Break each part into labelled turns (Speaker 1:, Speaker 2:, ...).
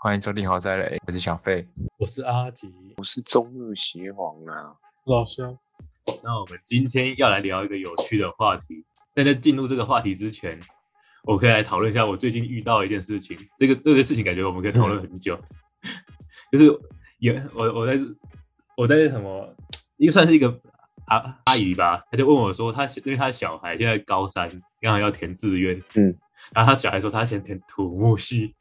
Speaker 1: 欢迎收听《豪宅雷》，我是小费。
Speaker 2: 我是阿吉，
Speaker 3: 是中日协皇啊，
Speaker 2: 老乡。
Speaker 4: 那我们今天要来聊一个有趣的话题。那在进入这个话题之前，我可以来讨论一下我最近遇到一件事情。这个这个事情感觉我们可以讨论很久， 就是有我我在我在什么，一个算是一个阿阿姨吧，她就问我说，她因为她小孩现在高三，刚好要填志愿，
Speaker 3: 嗯，
Speaker 4: 然后她小孩说她想填土木系，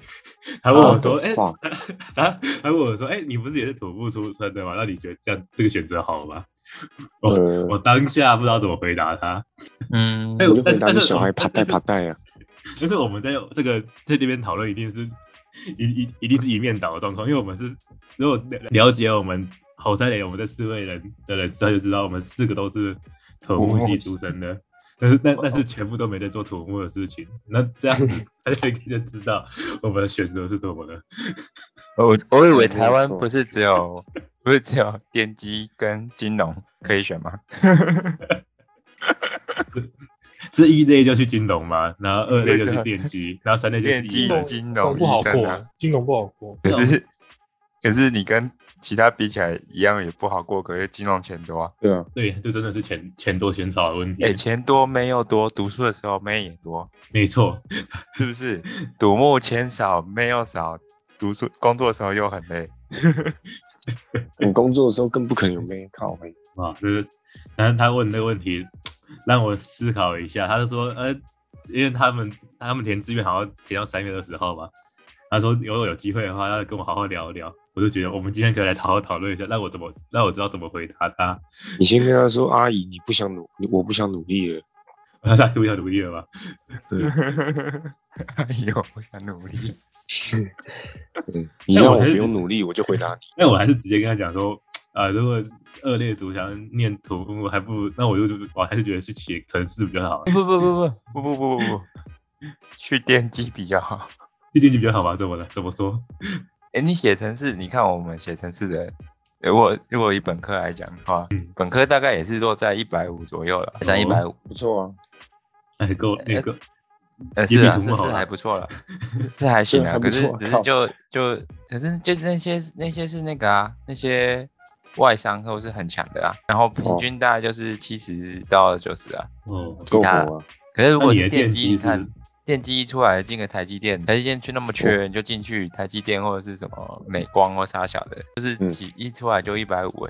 Speaker 4: 还问我
Speaker 3: What the
Speaker 4: 说，哎、
Speaker 3: fuck？
Speaker 4: 然后还问我说：“哎、你不是也是土木出身的吗？那你觉得这样这个选择好吗？”我、
Speaker 3: 呃
Speaker 4: 我当下不知道怎么回答他，
Speaker 1: 嗯，
Speaker 4: 哎
Speaker 3: 我就回
Speaker 4: 但
Speaker 3: 答
Speaker 4: 但
Speaker 3: 你
Speaker 4: 是
Speaker 3: 小孩
Speaker 4: 我
Speaker 3: 爬带爬带啊，
Speaker 4: 但是我们在这个在这边讨论，一定是一一一定是一面倒的状况，因为我们是如果了了解我们好三连我们这四位人的人，他就知道我们四个都是土木系出身的。但是，但但是全部都没在做土木的事情，那这 样子大家就知道我们的选择是什么了。
Speaker 1: 我我以为
Speaker 3: 没
Speaker 1: 台湾
Speaker 3: 错
Speaker 1: 不是只有 不是只有电机跟金融可以选吗？
Speaker 4: 是一类就去金融嘛，然后二类就
Speaker 1: 对
Speaker 4: 去
Speaker 1: 啊
Speaker 4: 电机，然后三类就
Speaker 1: 电
Speaker 4: 是
Speaker 1: 机
Speaker 4: 医生
Speaker 1: 金
Speaker 2: 融
Speaker 1: 融
Speaker 2: 不好
Speaker 1: 医生
Speaker 2: 过、
Speaker 1: 啊，
Speaker 2: 金融不好过。
Speaker 1: 可是可是你跟其他比起来一样也不好过，可是金融钱多啊。
Speaker 3: 对啊，
Speaker 4: 对，就真的是钱钱多钱少的问题。
Speaker 1: 哎、钱多妹又多，读书的时候妹也多，
Speaker 4: 没错，
Speaker 1: 是不 是？赌木钱少，妹又少，读书工作的时候又很 累。
Speaker 3: 我工作的时候更不可能有妹靠妹，
Speaker 4: 啊，就是，但是他问这个问题，让我思考一下。他就说，呃，因为他们他们填志愿好像填到三月二十号嘛，他说如果有机会的话，要跟我好好聊一聊。我就觉得我们今天可以来好好讨论一下，让我怎么让我知道怎么回答他。
Speaker 3: 你先跟他说阿姨，你不想努，我不想努力了，
Speaker 4: 他是不想努力了吧？
Speaker 1: 哎呦，我想努力。
Speaker 3: 嗯，你
Speaker 4: 但
Speaker 3: 让
Speaker 4: 我
Speaker 3: 我
Speaker 4: 还
Speaker 3: 不
Speaker 4: 是
Speaker 3: 用努力，我就回答你，
Speaker 4: 那我还是直接跟他讲说，呃，如果恶劣族想念土木，还不如那我就我还是觉得去写城市比较好，
Speaker 1: 不不不不不不不不不，去电机比较好。
Speaker 4: 去电机比较好吧？怎么了？怎么说？
Speaker 1: 哎、你写程式，你看我们写程式的，如果如果以本科来讲的话，
Speaker 4: 嗯
Speaker 1: 本科大概也是落在一百五左右了，哦像一百五，
Speaker 3: 不错啊，
Speaker 4: 哎，够那个，
Speaker 1: 呃，
Speaker 4: 也
Speaker 1: 是
Speaker 4: 比
Speaker 1: 啊，
Speaker 4: 土
Speaker 1: 是
Speaker 4: 木好
Speaker 1: 是
Speaker 4: 啦
Speaker 1: 还不错 了，是还行
Speaker 3: 对
Speaker 1: 啊，
Speaker 3: 还
Speaker 1: 可
Speaker 3: 不
Speaker 1: 是
Speaker 3: 错
Speaker 1: 只是
Speaker 3: 靠
Speaker 1: 就就可是就是那些那些是那个啊，那些外商客户是很强的啊，然后平
Speaker 3: 哦
Speaker 1: 均大概就是七十到九十啊，
Speaker 4: 哦，
Speaker 3: 够
Speaker 1: 他
Speaker 3: 好啊，
Speaker 1: 可是如
Speaker 4: 那
Speaker 1: 果
Speaker 4: 你
Speaker 1: 是
Speaker 4: 的
Speaker 1: 电
Speaker 4: 电
Speaker 1: 机，
Speaker 4: 机
Speaker 1: 你
Speaker 4: 是
Speaker 1: 看电机一出来进个台积电，台积电去那么缺，
Speaker 4: 嗯
Speaker 1: 你就进去台积电或者是什么美光或啥小的，就是
Speaker 3: 嗯
Speaker 1: 几、一出来就一百五，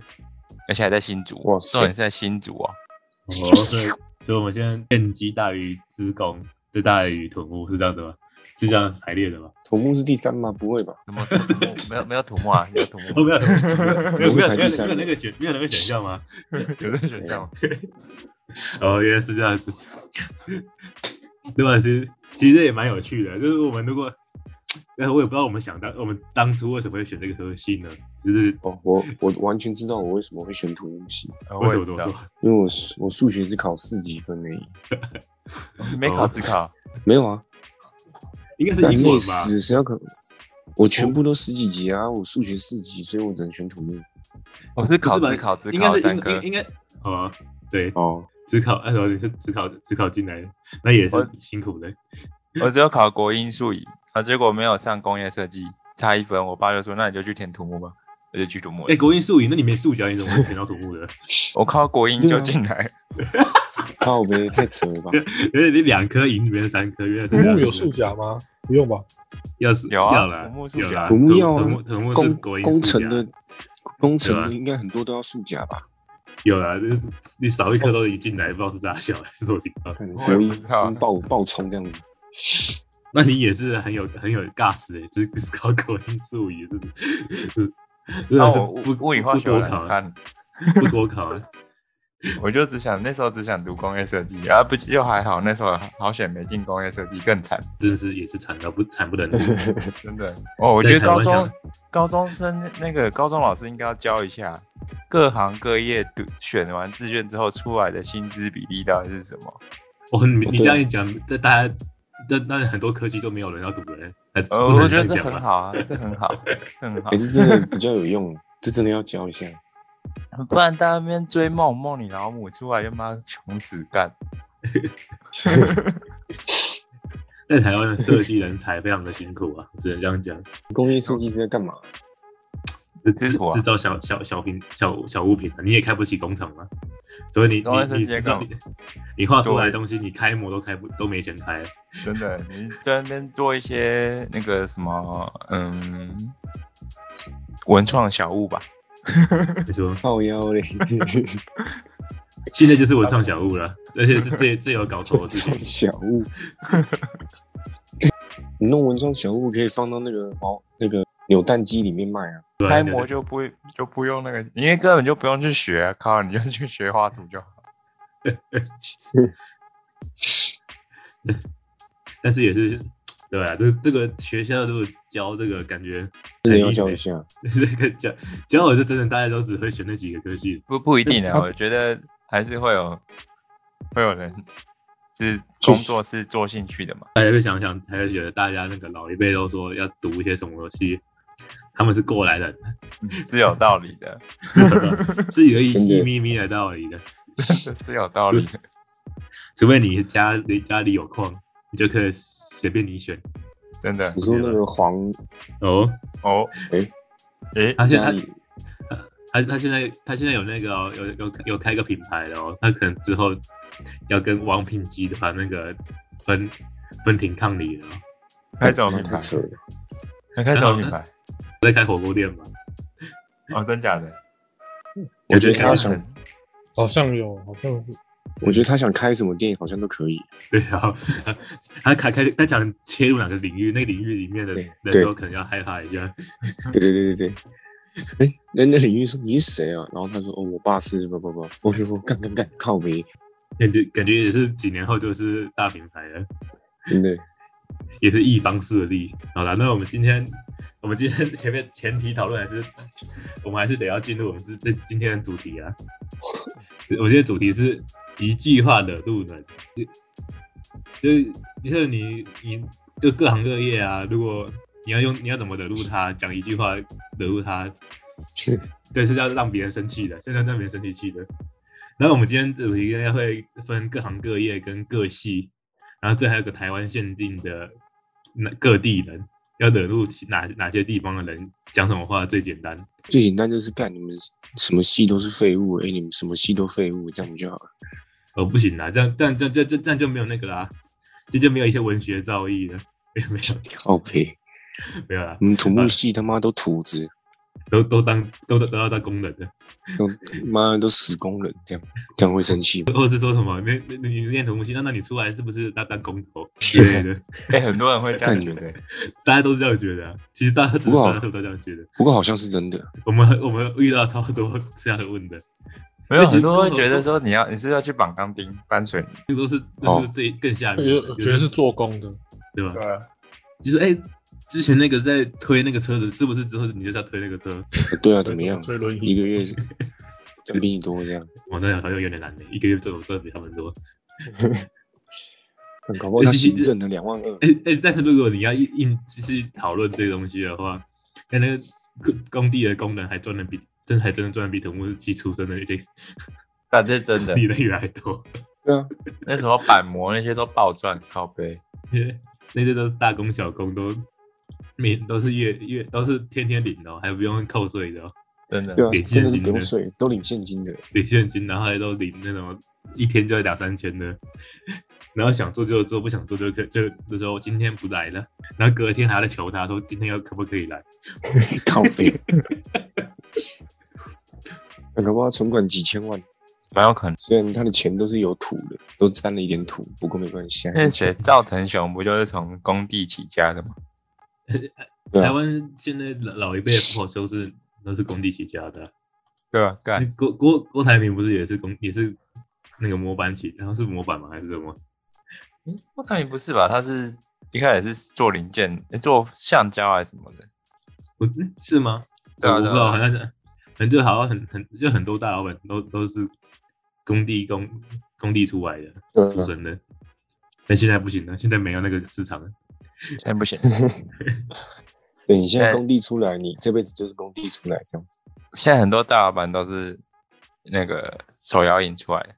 Speaker 1: 而且还在新竹，
Speaker 3: 哇
Speaker 1: 重点
Speaker 3: 塞
Speaker 1: 是在新竹哦。
Speaker 4: 哦，所以所以我们现在电机大于资工，这大于土木是这样的吗？是这样排列的吗？
Speaker 3: 土木是第三吗？不会吧？
Speaker 1: 什么什么土木没 有没有土木啊，没有 土
Speaker 4: 哦，
Speaker 1: 木
Speaker 4: 没，有，没有，没有，没有
Speaker 3: 排第三
Speaker 4: 没有那个选，没有那个选项吗？
Speaker 1: 有这个选 项吗？
Speaker 4: 哦，原来是这样子。对吧？其实其实也蛮有趣的，就是我们如果，哎，我也不知道我们想当我们当初为什么会选这个科系呢？就是
Speaker 3: 哦，我我完全知道我为什么会选土木系，
Speaker 1: 呃
Speaker 4: 为
Speaker 1: 我
Speaker 4: 什
Speaker 1: 也
Speaker 4: 么
Speaker 1: 知
Speaker 4: 这么
Speaker 1: 道
Speaker 4: 做？
Speaker 3: 因为我我数学只考四级分而已，
Speaker 4: 哦
Speaker 1: 没考自考，
Speaker 3: 没有啊，
Speaker 4: 应该是
Speaker 3: 但
Speaker 4: 英文
Speaker 3: 累
Speaker 4: 吧？
Speaker 3: 死了，谁要考？我全部都十几级啊，我数学四级，所以我只能选土木。
Speaker 1: 我是考
Speaker 4: 不吧
Speaker 1: 自考自
Speaker 4: 应该
Speaker 1: 考
Speaker 4: 是
Speaker 1: 三
Speaker 4: 应
Speaker 1: 科
Speaker 4: 应，应该哦，对，
Speaker 3: 哦，
Speaker 4: 只考那时候你是只考只考进来的，那也是
Speaker 1: 我
Speaker 4: 辛苦的。
Speaker 1: 我只有考国英数理，啊，结果没有上工业设计，差一分，我爸就说那你就去填土木吧，我就去土木了
Speaker 4: 哎，，国英数语，那你没数学，你怎么会填到土木的？
Speaker 1: 我靠国英
Speaker 3: 对
Speaker 1: 就
Speaker 3: 啊
Speaker 1: 进来了。
Speaker 3: 靠呗，太扯了吧？
Speaker 4: 因为你两科赢里面三科，原来是
Speaker 2: 土
Speaker 4: 这样
Speaker 2: 木
Speaker 4: 子
Speaker 2: 有数甲吗？不用吧？
Speaker 4: 要是
Speaker 1: 有啊
Speaker 4: 要啦
Speaker 1: 土木数
Speaker 4: 有啦，
Speaker 3: 甲土木要啊
Speaker 4: 土木土木是
Speaker 3: 工
Speaker 4: 国英
Speaker 3: 工
Speaker 4: 数啊
Speaker 3: 程
Speaker 4: 甲
Speaker 3: 的工程
Speaker 4: 对啊
Speaker 3: 的应该很多都要数甲吧？
Speaker 4: 有啦，就是你少一科都已进来，不知道是啥小是什么情况。
Speaker 3: 可能
Speaker 1: 我也
Speaker 3: 哦国一
Speaker 1: 不知道啊
Speaker 3: 爆爆冲这 样子，
Speaker 4: 那你也是很有很有 gas 哎、只 只考国英数语，真的是。真
Speaker 1: 那
Speaker 4: 的是
Speaker 1: 我
Speaker 4: 不
Speaker 1: 物理化
Speaker 4: 不
Speaker 1: 学我
Speaker 4: 多
Speaker 1: 懒得
Speaker 4: 考，啊
Speaker 1: 看，
Speaker 4: 不多考，啊
Speaker 1: 我就只想那时候只想读工业设计，然后不又还好，那时候好险没进工业设计，更惨，
Speaker 4: 真的是也是惨到不惨不忍 睹。
Speaker 1: 真的。哦，我
Speaker 4: 在
Speaker 1: 觉得
Speaker 4: 台湾
Speaker 1: 高中
Speaker 4: 想
Speaker 1: 高中生那个高中老师应该要教一下，各行各业读选完志愿之后出来的薪资比例到底是什么？
Speaker 4: 哦，你
Speaker 3: 哦
Speaker 4: 你
Speaker 3: 对
Speaker 4: 这样一讲，这大家这那很多科技都没有人要读了，还
Speaker 1: 呃，
Speaker 4: 不能
Speaker 1: 我觉
Speaker 4: 这样
Speaker 1: 得这
Speaker 4: 讲
Speaker 1: 很
Speaker 4: 吧？
Speaker 1: 好啊，这很 好，这很好
Speaker 3: 哎，，这真的比较有用， 这真的要教一 下。
Speaker 1: 不然大家那边追梦梦你老母出来就妈穷死干。
Speaker 4: 在台湾的设计人才非常的辛苦啊， 只能这样讲。
Speaker 3: 工业设计是在干嘛？
Speaker 4: 制
Speaker 1: 苦啊
Speaker 4: 制造小小小品小小物品啊，你也开不起工厂嘛，所以你
Speaker 1: 中文
Speaker 4: 你
Speaker 1: 设计
Speaker 4: 你
Speaker 1: 在
Speaker 4: 制造
Speaker 1: 干
Speaker 4: 你你画出来的
Speaker 1: 对
Speaker 4: 东西，你开模都开不都没钱开，
Speaker 1: 真的，你在那边做一些那个什么，嗯，文创小物吧。
Speaker 4: 你说
Speaker 3: 靠腰 嘞，
Speaker 4: 现在就是文创小 物了，而且是最最有搞头的
Speaker 3: 文
Speaker 4: 事情
Speaker 3: 创。小 物。你弄文创小物可以放到那个毛那个扭蛋机里面卖啊。
Speaker 4: 对啊
Speaker 1: 开
Speaker 4: 对
Speaker 1: 模
Speaker 4: 对
Speaker 1: 就不就不用那个，因为根本就不用去学、啊，靠，你就是去学画图就好。
Speaker 4: 但是也是对啊，这这个学校如果教这个感觉很
Speaker 3: 真的
Speaker 4: 硬
Speaker 3: 要教
Speaker 4: 欸
Speaker 3: 一下，
Speaker 4: 这个 教教我就真的大家都只会选那几个科系，
Speaker 1: 不不一定啊，
Speaker 2: 他
Speaker 1: 我觉得还是会有会有人 是工作是做兴趣的嘛。
Speaker 4: 大家就想想，才会觉得大家那个老一辈都说要读一些什么东西，他们是过来人，
Speaker 1: 是有道理的，
Speaker 4: 是有一
Speaker 3: 真的
Speaker 4: 一咪咪的道理的。
Speaker 1: 是有道理的。
Speaker 4: 除非你家你家里有矿，你就可以随便你选
Speaker 1: 真的
Speaker 3: 你说那个黄
Speaker 4: 哦。
Speaker 1: 哦，
Speaker 3: 诶啊
Speaker 1: 诶，
Speaker 4: 他现
Speaker 3: 家
Speaker 4: 在
Speaker 3: 里
Speaker 4: 他他现在他现在有那个哦、有有有开个品牌的哦，他可能之后要跟王品集团那个分分庭抗礼了哦、
Speaker 1: 开什么品牌
Speaker 3: 太？扯了，
Speaker 1: 他开什么品牌？
Speaker 4: 在开火锅店嘛。
Speaker 1: 哦，真假的？
Speaker 3: 我觉得
Speaker 1: 感
Speaker 3: 他想，
Speaker 1: 很
Speaker 2: 好像有，好像有
Speaker 3: 我觉得他想开什么店好像都可以。
Speaker 4: 对啊，他开开他想切入哪个领域，那个领域里面的
Speaker 3: 对
Speaker 4: 人
Speaker 3: 对
Speaker 4: 都可能要害怕一下。
Speaker 3: 对对对对对。哎，那那李玉说你是谁啊？然后他说哦，我爸是不不不，我就说干干干靠呗，
Speaker 4: 感觉感觉也是几年后就是大品牌了，
Speaker 3: 真的
Speaker 4: 也是一方势力。好了，那我们今天我们今天前面前提讨论还是，我们还是得要进入我们这这今天的主题啊。我们今天主题是一句话惹路人，就就是就是你你就各行各业啊，如果你要用你要怎么惹怒他，讲一句话惹怒他，对，是要让别人生气的，现在让别人生气气的。然后我们今天主题应该会分各行各业跟各系，然后最后还有个台湾限定的那各地人要惹怒其哪哪些地方的人，讲什么话最简单。
Speaker 3: 最简单就是干你们什么戏都是废物，哎，你们什么戏都废物，这样就好了。
Speaker 4: 哦，不行啦，这样这样这样这样这样就没有那个啦，这就没有一些文学造诣了， 没有没有
Speaker 3: 靠呗，
Speaker 4: 没有啦，
Speaker 3: 你们土木系他妈都土子，
Speaker 4: 都都当都都都要当工人的，
Speaker 3: 都妈的都死工人，这样这样会生气吗？
Speaker 4: 或者是说什么那那那你念土木系，那那你出来是不是当当工头之类的？
Speaker 1: 诶，很多人会这样
Speaker 3: 干
Speaker 1: 觉得。
Speaker 4: 大家都是这样觉得、啊，其实大家
Speaker 3: 不
Speaker 4: 都
Speaker 3: 过
Speaker 4: 大家都这样觉得。
Speaker 3: 不过好像是真的，
Speaker 4: 我们我们遇到超多 这样的问的，
Speaker 1: 没有
Speaker 4: 其实
Speaker 1: 很多人
Speaker 4: 工
Speaker 1: 觉得
Speaker 4: 作
Speaker 1: 说你要你是要去绑钢钉、搬水泥，
Speaker 4: 这都是那是最更下面的，
Speaker 2: 有
Speaker 4: 就是
Speaker 2: 觉得是做工的，
Speaker 4: 对吧？
Speaker 1: 啊，
Speaker 4: 就是哎、之前那个在推那个车子，是不是之后你就是要推那个车？
Speaker 3: 对啊，怎么样？
Speaker 2: 推轮椅
Speaker 3: 一个月是赚比你多这 样，
Speaker 4: 我那好像有点难的，一个月做我做的比他们多。
Speaker 3: 搞不好他行政的两万二，
Speaker 4: 哎、哎、但是如果你要硬硬就是讨论这个东西的话，那那个工工地的工人还赚的比真的还真的赚的比土木系出身的那些
Speaker 1: 但这是真 的，
Speaker 4: 比人员还多，
Speaker 3: 对啊，
Speaker 1: 那什么板模那些都爆赚，靠背。
Speaker 4: 因为那些都是大工小工都每都是月月都是天天领的、哦，还不用扣税的、哦。
Speaker 1: 真的
Speaker 3: 对，啊
Speaker 4: 领，
Speaker 3: 真的
Speaker 4: 现
Speaker 3: 是
Speaker 4: 金
Speaker 3: 不用
Speaker 4: 的
Speaker 3: 税，都领现金的，
Speaker 4: 领现金，然后还都领那种一天就两三千的，然后想做就做，不想做就可就就说我今天不来了，然后隔天还要来求他说今天要可不可以来？
Speaker 3: 靠背。 那搞不好存款几千万，
Speaker 1: 蛮有可能。
Speaker 3: 虽然他的钱都是有土的，都沾了一点土，不过没关系。还
Speaker 1: 那
Speaker 3: 是
Speaker 1: 谁赵腾雄不就是从工地起家的吗？
Speaker 3: 对
Speaker 4: 台
Speaker 3: 啊，
Speaker 4: 湾现在老老一辈的不好都是都是工地起家的啊，
Speaker 1: 对吧？
Speaker 4: 那
Speaker 1: 干，
Speaker 4: 郭郭郭台铭不是也是工也是那个模板起，然后是模板吗还是什么？
Speaker 1: 郭台铭不是哦吧？他是一开始是做零件，诶做橡胶还是什么的？
Speaker 4: 我嗯是吗？
Speaker 1: 对啊
Speaker 4: 我不
Speaker 1: 对啊
Speaker 4: 知道，好像是，反正就好像很很就很多大老板都都是工地工工地出来的。
Speaker 3: 对
Speaker 4: 出
Speaker 3: 啊
Speaker 4: 身的，但现在不行了，现在没有那个市场了。
Speaker 1: 现在不行，
Speaker 3: 对你现在
Speaker 4: 哎
Speaker 1: 对
Speaker 3: 工地出来，你这辈子就是工地出来这样子。
Speaker 1: 现在很多大老板都是那个手摇饮出来的。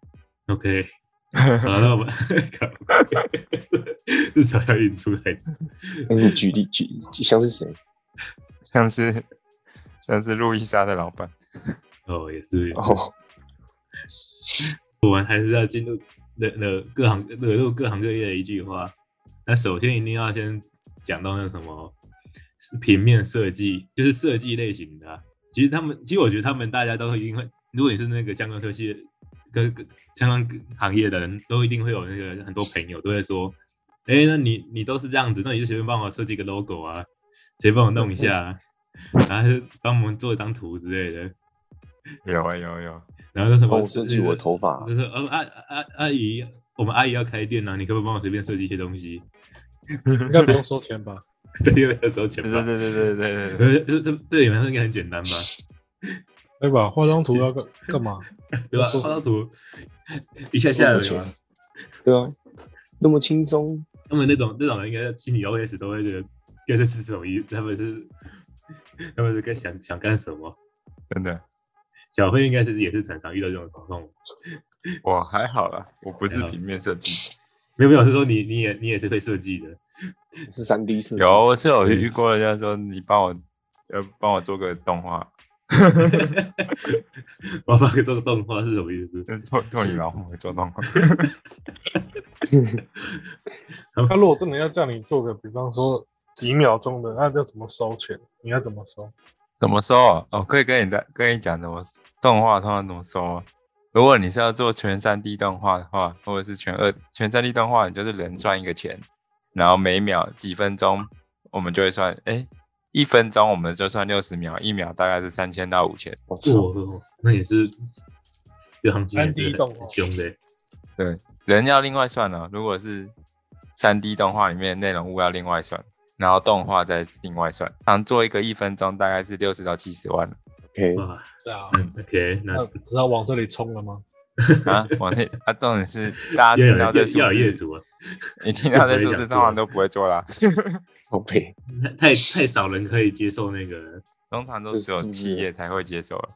Speaker 4: OK，好了，那我们 至少要印出来的。
Speaker 3: 那你举例举像是谁？
Speaker 1: 像是像是路易莎的老板，
Speaker 4: 哦，也是，
Speaker 3: 哦，
Speaker 4: 我们还是要进入惹惹各行惹入各行各业的一句话。那首先一定要先讲到那什么是平面设计，就是设计类型的啊、其实他们，其实我觉得他们大家都一定会，如果你是那个相关科系、跟跟相关行业的人，都一定会有那个很多朋友都会说，哎、那你你都是这样子，那你就随便帮我设计个 logo 啊，谁帮我弄一下、啊， 然后帮我们做一张图之类的，
Speaker 1: 有啊有有，
Speaker 4: 然后那什么，
Speaker 3: 帮我设计我的头发
Speaker 4: 就，是呃阿阿阿姨，我们阿姨要开店呢、啊，你可不可以帮我随便设计一些东西？
Speaker 2: 应该不用收 钱吧？
Speaker 4: 对，因为那时候钱
Speaker 1: 对对
Speaker 4: 吧，
Speaker 1: 对对对对对，
Speaker 4: 呃这这对你们应该很简单吧？
Speaker 2: 对吧？化妆图 要干干嘛？
Speaker 4: 对吧？
Speaker 2: 是
Speaker 4: 画张图一下下的
Speaker 3: 收
Speaker 4: 嘛
Speaker 3: 钱，对啊，那么轻松，
Speaker 4: 他们那种那种人应该心里 OS 都会觉得，就是这种意，他们是他们是该想想干什么？
Speaker 1: 真的，
Speaker 4: 小慧应该是也是常常遇到这种情况，
Speaker 1: 我还好啦，我不是
Speaker 4: 还好
Speaker 1: 平面设计，
Speaker 4: 没有没有，是说你你也你也是会设计的，
Speaker 3: 是三 D 设计，
Speaker 1: 有啊我是有遇过人家说你帮我呃帮我做个动画，
Speaker 4: 我帮你做个动画是什么意思？
Speaker 1: 呃做做你老母做动画，
Speaker 2: 他如果真的要叫你做个，比方说几秒钟的，那要怎么收钱？你要怎么收？
Speaker 1: 怎么收啊？哦，可以跟你的跟你讲怎么动画通常怎么收啊。如果你是要做全3 D 动画的话，或者是全二全3 D 动画，你就是人算一个钱，然后每秒几分钟，我们就会算，哎、一分钟我们就算六十秒，一秒大概是三千到五千。
Speaker 3: 我操，
Speaker 4: 做那也是，这行情也
Speaker 2: 安迪
Speaker 4: 是
Speaker 2: 动
Speaker 4: 很
Speaker 2: 画
Speaker 4: 很凶的欸、
Speaker 1: 人要另外算了、如果是3 D 动画里面的内容物要另外算，然后动画再另外算。常做一个一分钟大概是六十到七十万
Speaker 3: OK，
Speaker 4: 哇
Speaker 2: 对啊，
Speaker 3: 嗯
Speaker 4: 那，OK，那
Speaker 2: 那不是要往这里冲了吗？
Speaker 1: 啊。往那啊，重点是大家
Speaker 4: 要有
Speaker 1: 听到这
Speaker 4: 业
Speaker 1: 数
Speaker 4: 要有业
Speaker 1: 字，
Speaker 4: 主啊，
Speaker 1: 你听到这
Speaker 4: 不会
Speaker 1: 数
Speaker 4: 想
Speaker 1: 字
Speaker 4: 做
Speaker 1: 通常都不会做啦。
Speaker 3: 好配，
Speaker 4: 太太太少人可以接受那个了，
Speaker 1: 通常都
Speaker 3: 这
Speaker 1: 只有
Speaker 3: 是不
Speaker 1: 企
Speaker 3: 是
Speaker 1: 业才会接受了。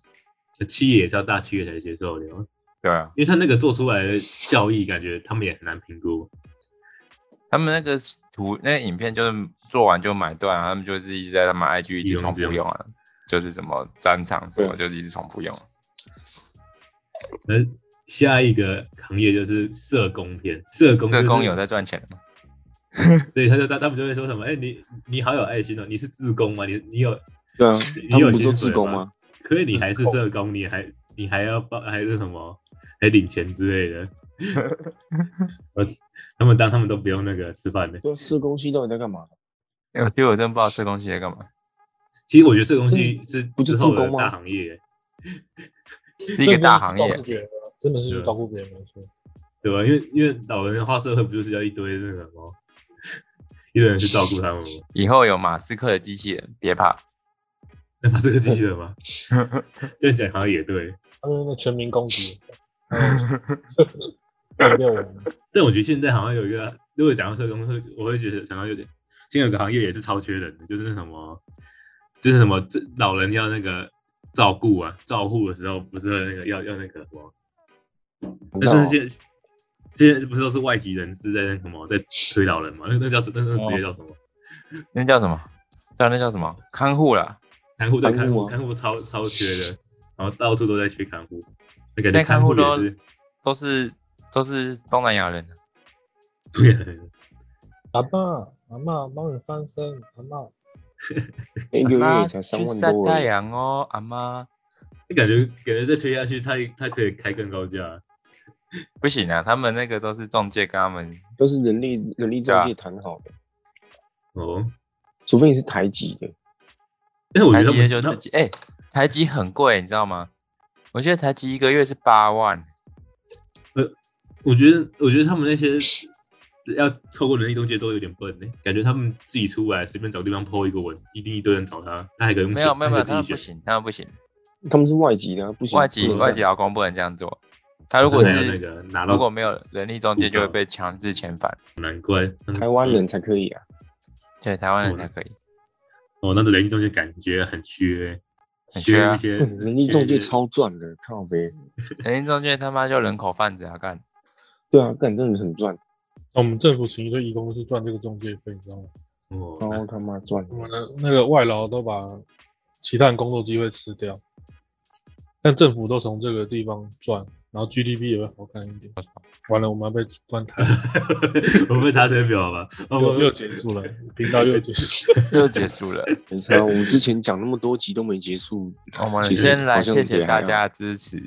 Speaker 4: 企业也是要大企业才接受的哦，
Speaker 1: 对啊，
Speaker 4: 因为他那个做出来的效益，感觉他们也很难评估。
Speaker 1: 他们那个图那个影片就是做完就买断啊，他们就是一直在他们 IG 一直
Speaker 4: 用
Speaker 1: 重复
Speaker 4: 这样
Speaker 1: 用啊，就是什么战场什么，
Speaker 3: 对
Speaker 1: 就是一直重复用。
Speaker 4: 那下一个行业就是社工片，社工、就
Speaker 1: 这
Speaker 4: 是、
Speaker 1: 工友在赚钱吗？
Speaker 4: 对，他就他他们就会说什么，哎、你你好有爱心哦，你是自工吗？你你有
Speaker 3: 对啊，他
Speaker 4: 你有
Speaker 3: 们不
Speaker 4: 薪
Speaker 3: 做
Speaker 4: 水
Speaker 3: 自工吗？？
Speaker 4: 可是你还是社工，你还你还要报还是什么，还领钱之类的。我他们当他们都不用那个吃饭的。
Speaker 3: 对啊，社工系到底在干嘛？
Speaker 1: 因为其实我真不知道这东西在干嘛，
Speaker 4: 其实我觉得这个东西是
Speaker 3: 不
Speaker 4: 之
Speaker 3: 是
Speaker 4: 后
Speaker 3: 自
Speaker 4: 的
Speaker 3: 工吗
Speaker 4: 大行业，
Speaker 1: 是一个大行业
Speaker 2: 那不是去照顾别人啊，真的是去照顾别人没错。
Speaker 4: 对吧？因为因为老人画社会不就是要一堆那个什么，一堆人去照顾他们吗？
Speaker 1: 以后有马斯克的机器人，别怕，
Speaker 4: 那把这个记得吗？ 这样讲好像也对，
Speaker 2: 他们那全民公 敌，干掉我们。
Speaker 4: 但我觉得现在好像有一个，如果讲到社工，会我会觉得想到有点，现在有个行业也是超缺人的，就是什么，就是什么，这老人要那个照顾啊，照护的时候不是那个要要那个什么，
Speaker 3: 你知道
Speaker 4: 就是
Speaker 3: 吗？
Speaker 4: 现在现在不是都是外籍人士在那什么在推老人嘛？那那叫那那职业叫什么？
Speaker 1: 那叫什么？叫那叫什么？看护啦。
Speaker 4: 看护对
Speaker 3: 看
Speaker 4: 看
Speaker 3: 护
Speaker 4: 护，
Speaker 3: 啊
Speaker 4: 看护超超缺的，然后到处都在缺看护，那感觉
Speaker 1: 那看护
Speaker 4: 护
Speaker 1: 都
Speaker 4: 也是
Speaker 1: 都是都是东南亚人，啊
Speaker 4: 对啊，
Speaker 2: 阿爸阿妈帮你翻身，阿妈
Speaker 3: 一
Speaker 1: 阿
Speaker 3: 个月
Speaker 1: 妈
Speaker 3: 也才三
Speaker 1: 去
Speaker 3: 万
Speaker 1: 晒
Speaker 3: 多而
Speaker 1: 太
Speaker 3: 已，
Speaker 1: 阳哦，阿妈
Speaker 4: 那感觉感觉再吹下去，他他可以开更高价。
Speaker 1: 不行啊，他们那个都是中介跟他们
Speaker 3: 都是人力人力中介谈好的，
Speaker 4: 哦，
Speaker 3: 除非你是台籍的，
Speaker 4: 因为我觉
Speaker 1: 台
Speaker 4: 得他
Speaker 1: 积
Speaker 4: 们
Speaker 1: 就
Speaker 4: 那
Speaker 1: 自己哎、台积很贵，你知道吗？我觉得台积一个月是八万，
Speaker 4: 我觉得，我觉得他们那些要透过人力中介都有点笨呢、感觉他们自己出来随便找地方 PO 一个文，一定一堆人找他，他还可以
Speaker 1: 没有没有没有，他
Speaker 4: 自
Speaker 1: 们
Speaker 4: 己
Speaker 1: 不
Speaker 4: 选。
Speaker 1: 行，他们不行，
Speaker 3: 他们是外籍的啊，不行，
Speaker 1: 外籍
Speaker 3: 不能
Speaker 1: 外
Speaker 3: 这
Speaker 1: 籍
Speaker 3: 样
Speaker 1: 劳工不能这样做，他如果
Speaker 4: 他没有那
Speaker 1: 是
Speaker 4: 个拿
Speaker 1: 如果
Speaker 4: 到
Speaker 1: 没有人力中介就会被强制遣返，
Speaker 4: 难怪嗯
Speaker 3: 台湾人才可以啊，
Speaker 1: 对台湾人才可以，
Speaker 4: 哦，那个人力中介感觉很缺、
Speaker 1: 很缺啊
Speaker 4: 一些
Speaker 3: 人力中介
Speaker 4: 缺一些
Speaker 3: 超赚的，靠呗，
Speaker 1: 人力中介他妈就人口贩子啊干，
Speaker 3: 对啊，干真的很赚，
Speaker 2: 我们政府请一堆义工是赚这个中介费，你知道吗？
Speaker 4: 哦，
Speaker 3: 超他妈赚。
Speaker 2: 我们的那个外劳都把其他人工作机会吃掉，但政府都从这个地方赚，然后 GDP 也会好看一点。完了，我们要被关台，
Speaker 4: 我们查水表吧，哦
Speaker 2: 又
Speaker 4: 我
Speaker 2: 又结束了，频道又结束了。
Speaker 1: 又结束了。
Speaker 3: 很惨，我们之前讲那么多集都没结束。
Speaker 1: 我们
Speaker 3: 其实
Speaker 1: 先来
Speaker 3: 好像
Speaker 1: 谢谢
Speaker 3: 也
Speaker 1: 大
Speaker 3: 还
Speaker 1: 家的支 持，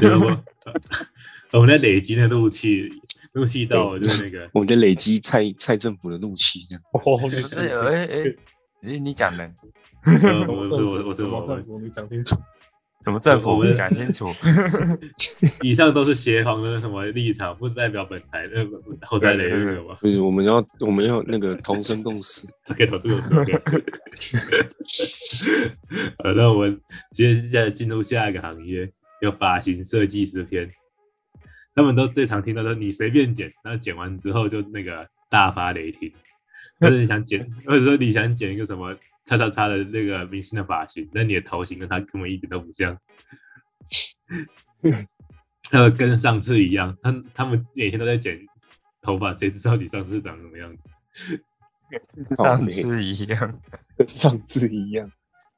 Speaker 4: 对我哦我们在累积那怒气，怒气到就是那个
Speaker 3: 我们在累积蔡蔡政府的怒气，这样
Speaker 2: 哦，
Speaker 1: 不是哎哎，你你讲的
Speaker 4: 呃我是我我是我
Speaker 2: 政
Speaker 4: 我，
Speaker 2: 府，你讲清楚。
Speaker 1: 什么政
Speaker 4: 我
Speaker 1: 府
Speaker 4: 们？
Speaker 1: 讲清 楚。
Speaker 4: 以上都是协皇的什么立场，不代表本台的后代雷那个吗？
Speaker 3: 就是我们要我们要那个同生共死。
Speaker 4: 给投资有这 个。呃，那我们接下来进入下一个行业，有发型设计师篇。他们都最常听到的，你随便剪，然后剪完之后就那个大发雷霆。或者你想剪，或者说你想剪一个什么叉叉叉的那个明星的发型，但你的头型跟他根本一点都不像。那跟上次一样，他他们每天都在剪头发，谁知道你上次长什么样子？
Speaker 1: 上次一 样，
Speaker 3: 跟上次一样，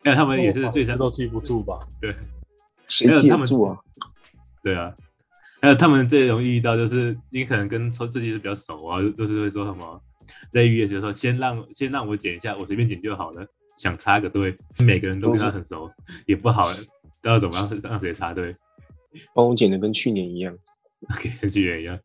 Speaker 4: 但哎他们也是最
Speaker 2: 这
Speaker 4: 常
Speaker 2: 哦都记不住吧？
Speaker 4: 对
Speaker 3: 谁
Speaker 4: 没有
Speaker 3: 记
Speaker 4: 他
Speaker 3: 得
Speaker 4: 们
Speaker 3: 住啊？
Speaker 4: 对啊，还有他们最容易遇到就是，你可能跟抽自己是比较熟啊，就是会说什么，在预约时说先让先让我剪一下，我随便剪就好了，想插个队，每个人都跟他很熟也不好，不知道怎么样让谁插队，
Speaker 3: 帮我剪的跟去年一样，
Speaker 4: 跟去年一样，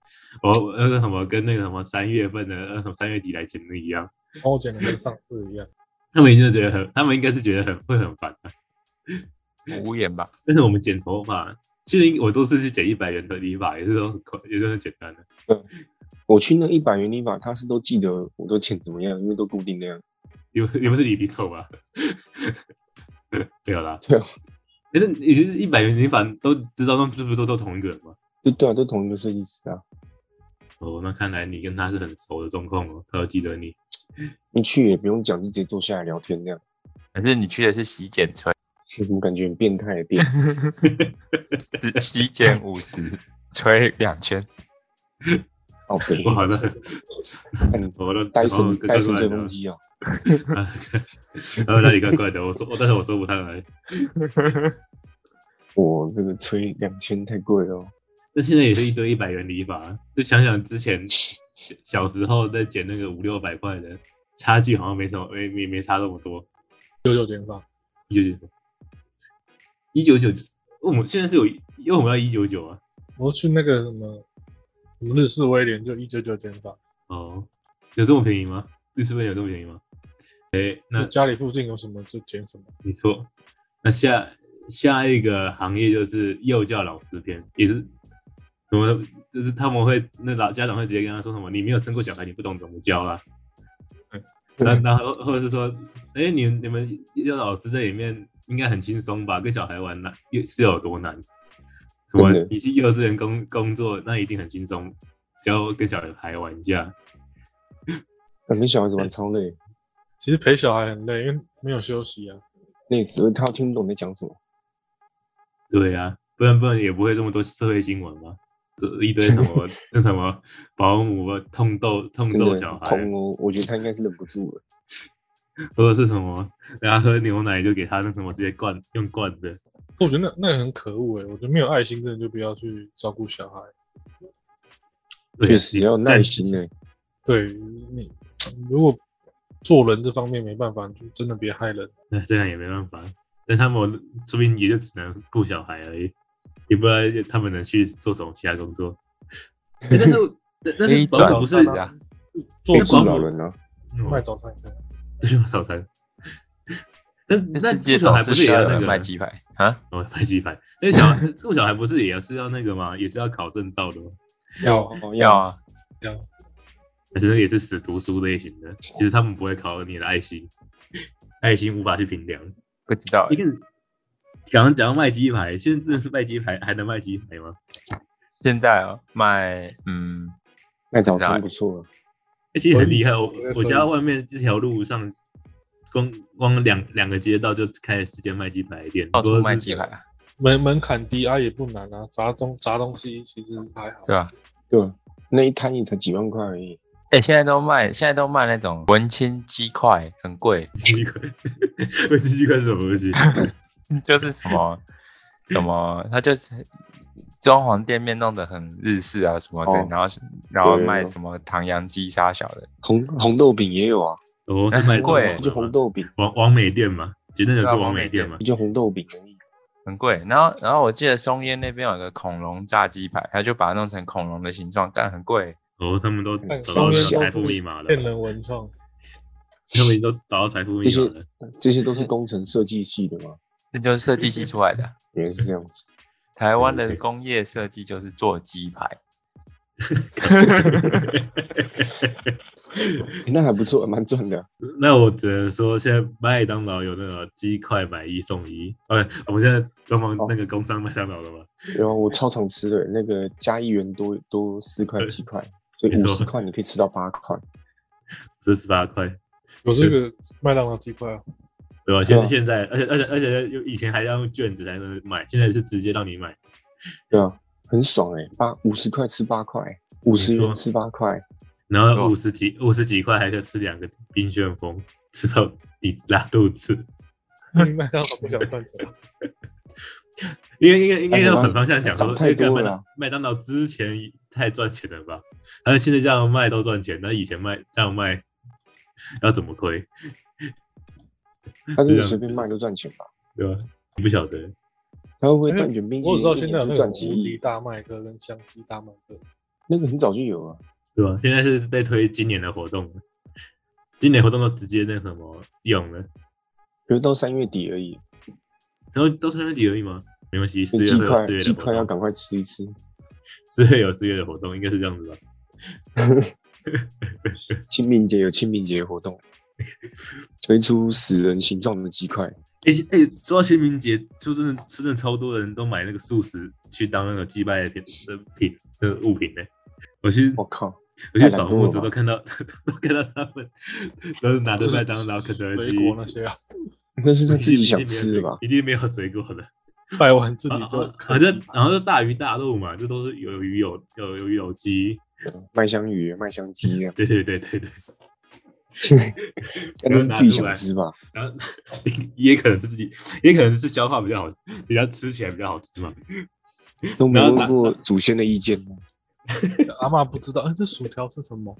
Speaker 4: 我我那个什么跟那个什么三月份的呃什么三月底来剪的一样，
Speaker 2: 然后我剪的跟上次一样。
Speaker 4: 他们一定是觉得很，他们应该是觉得很会很烦的、
Speaker 1: 无言吧？
Speaker 4: 但是我们剪头发，其实我都是去剪一百元的理发，也是都很快，也都很简单的。
Speaker 3: 我去那一百元理发，他是都记得我都剪怎么样，因为都固定那样。
Speaker 4: 你们你们是李鼻头吧？ 没有啦，
Speaker 3: 对啊，
Speaker 4: 但是也就是一百元平反都知道，那是不是都都同一个人吗？
Speaker 3: 对对啊，都同一个设计师啊。
Speaker 4: 哦，那看来你跟他是很熟的状况哦，他要记得你。
Speaker 3: 你去也不用讲，就直接坐下来聊天那样。
Speaker 1: 可是你去的是洗剪吹，
Speaker 3: 是我感觉很变态的店，
Speaker 1: 洗剪五十，吹两圈。
Speaker 3: 好 肥。
Speaker 4: 哇，那
Speaker 3: 看你
Speaker 4: 我都哦
Speaker 3: 戴森
Speaker 4: 怪
Speaker 3: 戴森
Speaker 4: 怪
Speaker 3: 吹
Speaker 4: 的
Speaker 3: 风，机啊，
Speaker 4: 然后那里怪怪的，我说，但是我说不太来。
Speaker 3: 我这个吹两千太贵了哦。
Speaker 4: 那现在也是一堆一百元理发，就想想之前小时候在剪那个五六百块的，差距好像没什么，没没没差那么多。
Speaker 2: 九九减法，
Speaker 4: 一九九，一九九，我们现在是有，因为我们要一九九啊。
Speaker 2: 我去那个什么什么日式威廉就一九九减法，
Speaker 4: 哦，有这么便宜吗？日式面有这么便宜吗？哎，
Speaker 2: 就
Speaker 4: 那
Speaker 2: 家里附近有什么就减什么。
Speaker 4: 没错。那下下一个行业就是幼教老师篇，也是什么？就是他们会那老家长会直接跟他说什么：“你没有生过小孩，你不懂怎么教啊。”那然后或者是说：“哎，你你们幼教老师在里面应该很轻松吧？跟小孩玩难又是有多难？什么
Speaker 3: 真的
Speaker 4: 你去幼稚园工工作，那一定很轻松，只要跟小孩玩一下。”
Speaker 3: 感觉小孩子玩超累，
Speaker 2: 其实陪小孩很累，因为没有休息啊。
Speaker 3: 累死了。他听不懂你在讲什么。
Speaker 4: 对呀、不然不然也不会这么多社会新闻嘛，这一堆什 么那什么保姆痛揍痛
Speaker 3: 真
Speaker 4: 揍
Speaker 3: 的
Speaker 4: 小孩
Speaker 3: 痛，哦，我觉得他应该是忍不住了。
Speaker 4: 或者是什么人家喝牛奶就给他那什么直接灌用灌的，
Speaker 2: 我觉得那那个很可恶哎、我觉得没有爱心真的就不要去照顾小孩。
Speaker 4: 对
Speaker 3: 确实啊要有耐。心
Speaker 4: 但
Speaker 3: 呢、
Speaker 2: 对你如果做人这方面没办法，就真的别害人。
Speaker 4: 哎这样也没办法，但他们说不定也就只能顾小孩而已，也不知道他们能去做什么其他工作。哎但 是我但但是保姆不是
Speaker 2: 转
Speaker 1: 啊？
Speaker 2: 做
Speaker 4: 那
Speaker 3: 是
Speaker 4: 广告
Speaker 2: 广
Speaker 3: 老人啊，
Speaker 2: 卖
Speaker 4: 嗯
Speaker 2: 早餐的，
Speaker 4: 对吧？早餐， 那 那
Speaker 1: 世界
Speaker 4: 顾小
Speaker 1: 总
Speaker 4: 孩不
Speaker 1: 是
Speaker 4: 是也
Speaker 1: 需要
Speaker 4: 要
Speaker 1: 有
Speaker 4: 那
Speaker 1: 人
Speaker 4: 个
Speaker 1: 卖鸡排啊？
Speaker 4: 哦，拍鸡排。那小孩，这个小孩不是也是要那个吗？也是要考证照的吗？
Speaker 2: 要
Speaker 3: 哦
Speaker 1: 要啊，
Speaker 2: 要
Speaker 4: 可是也是死读书类型的。其实他们不会考你的爱心，爱心无法去评量。
Speaker 1: 不知道
Speaker 4: 一个讲到讲到卖鸡排，现在真的是卖鸡排还能卖鸡排吗？
Speaker 1: 现在哦卖嗯，
Speaker 3: 卖早餐不错啊，
Speaker 4: 欸其实很厉害。我
Speaker 2: 我也
Speaker 4: 我家外面这条路上，光光两两个街道就开了四间卖鸡排的店，
Speaker 1: 到
Speaker 4: 不
Speaker 1: 处
Speaker 4: 过是
Speaker 1: 卖鸡排，啊，
Speaker 2: 门门槛低啊，也不难啊，砸东砸东西其实还好。
Speaker 1: 对吧？
Speaker 3: 对吧？那一摊也才几万块而已。
Speaker 1: 哎、现在都卖，现在都卖那种文青鸡块，很贵，
Speaker 4: 鸡块，问鸡块是什么东西？
Speaker 1: 就是什么什么，它就是装潢店面弄得很日式啊什么的，
Speaker 3: 哦
Speaker 1: 然后然后
Speaker 3: 对
Speaker 1: 卖
Speaker 3: 哦
Speaker 1: 什么唐扬鸡沙小的，
Speaker 3: 红红豆饼也有啊，
Speaker 4: 我哦是卖这种
Speaker 1: 贵
Speaker 3: 就红豆饼，
Speaker 4: 王王美店嘛，简单的
Speaker 1: 对啊
Speaker 4: 是王美店嘛。
Speaker 3: 就红豆饼而已。
Speaker 1: 很贵。然后然后我记得松烟那边有个恐龙炸鸡排，他就把它弄成恐龙的形状，但很贵。
Speaker 4: 哦，他们都
Speaker 2: 看
Speaker 4: 找到
Speaker 3: 松
Speaker 4: 财
Speaker 3: 烟都
Speaker 4: 富密码了，
Speaker 2: 骗人文创，
Speaker 4: 他们已经都找到财富密
Speaker 3: 这些
Speaker 4: 码了。
Speaker 3: 这些都是工程设计系的吗？
Speaker 1: 那就是设计系出来 的。
Speaker 3: 原来是这样子。
Speaker 1: 台湾的
Speaker 4: OK
Speaker 1: 工业设计就是做鸡排，
Speaker 3: 欸那还不错，蛮赚的。啊
Speaker 4: 那我只能说，现在麦当劳有那个鸡块买一送一。呃，我们现在专门那个工商麦当劳的嘛，
Speaker 3: 然后我超常吃的，那个加一元多多四块七块，所以
Speaker 4: 没
Speaker 3: 五
Speaker 4: 错
Speaker 3: 十块你可以吃到八块。
Speaker 4: 这十八块，
Speaker 2: 有这个麦当劳鸡块啊，
Speaker 4: 对吧？现
Speaker 3: 对啊
Speaker 4: 现在，而且而且而且又以前还要用卷子才能买，现在是直接让你买。
Speaker 3: 对啊，很爽哎、八五十块吃八块，五十
Speaker 4: 没错
Speaker 3: 元吃八块，
Speaker 4: 然
Speaker 1: 对
Speaker 4: 后
Speaker 1: 啊
Speaker 4: 五十几五十几块还可以吃两个冰旋风，吃到你拉肚子。
Speaker 2: 麦当劳不想赚钱，啊
Speaker 4: 因为应该应该
Speaker 3: 哎
Speaker 4: 要
Speaker 3: 台湾
Speaker 4: 反方向讲说，
Speaker 3: 涨太多
Speaker 4: 因为
Speaker 3: 了
Speaker 4: 麦当麦当劳之前太赚钱了吧？但是现在这样卖都赚钱，那以前卖这样卖要怎么亏，
Speaker 3: 但是
Speaker 4: 这
Speaker 3: 你
Speaker 4: 样
Speaker 3: 随便
Speaker 4: 子
Speaker 3: 卖都赚钱吧？
Speaker 4: 对吧？我不晓得，
Speaker 3: 他会不会
Speaker 2: 因为
Speaker 3: 蛋卷冰淇
Speaker 2: 哎我只
Speaker 3: 淋
Speaker 2: 知
Speaker 3: 一
Speaker 2: 道现
Speaker 3: 年就
Speaker 2: 在有那个
Speaker 3: 赚
Speaker 2: 无
Speaker 3: 几
Speaker 2: 敌
Speaker 3: 亿？
Speaker 2: 大麦克跟香鸡大麦克，
Speaker 3: 那个很早就有了，
Speaker 4: 对吧？现在是被推今年的活动，今年活动都直接那什么用了，
Speaker 3: 可是到三月底而已。
Speaker 4: 然后都推底而已吗？没关系，四
Speaker 3: 你
Speaker 4: 月
Speaker 3: 鸡
Speaker 4: 会啊有
Speaker 3: 块
Speaker 4: 四月的
Speaker 3: 鸡块
Speaker 4: 活
Speaker 3: 要
Speaker 4: 动，
Speaker 3: 赶快吃一吃，
Speaker 4: 四月有四月的活动，应该是这样子吧？
Speaker 3: 清明节有清明节 活动，推出死人形状的鸡块。
Speaker 4: 哎、哎、说到清明节，就真的真的超多人都买那个素食去当那个祭拜的品的品的物品呢、我去
Speaker 3: 我靠，
Speaker 4: 我去扫墓的时候都看到 都看到他们都是拿着啊麦当劳、肯德基
Speaker 2: 水果那些啊，
Speaker 3: 那是他自 己想
Speaker 4: 一定没有
Speaker 3: 吃的吧？
Speaker 4: 一定没有水果的。
Speaker 2: 卖完自己
Speaker 4: 啊
Speaker 2: 就
Speaker 4: 啊反正然后就大鱼大肉嘛，这都是有鱼有有有鱼有鸡，
Speaker 3: 麦香鱼、麦香鸡啊，
Speaker 4: 对对对对 对。
Speaker 3: 但那是自己想吃吧？
Speaker 4: 然后也可能是自己，也可能是消化比较好，比较吃起来比较好吃嘛。
Speaker 3: 都没
Speaker 4: 然后
Speaker 3: 问
Speaker 4: 拿
Speaker 3: 过祖先的意见吗？
Speaker 2: 阿妈不知道，哎， 这薯条是什么？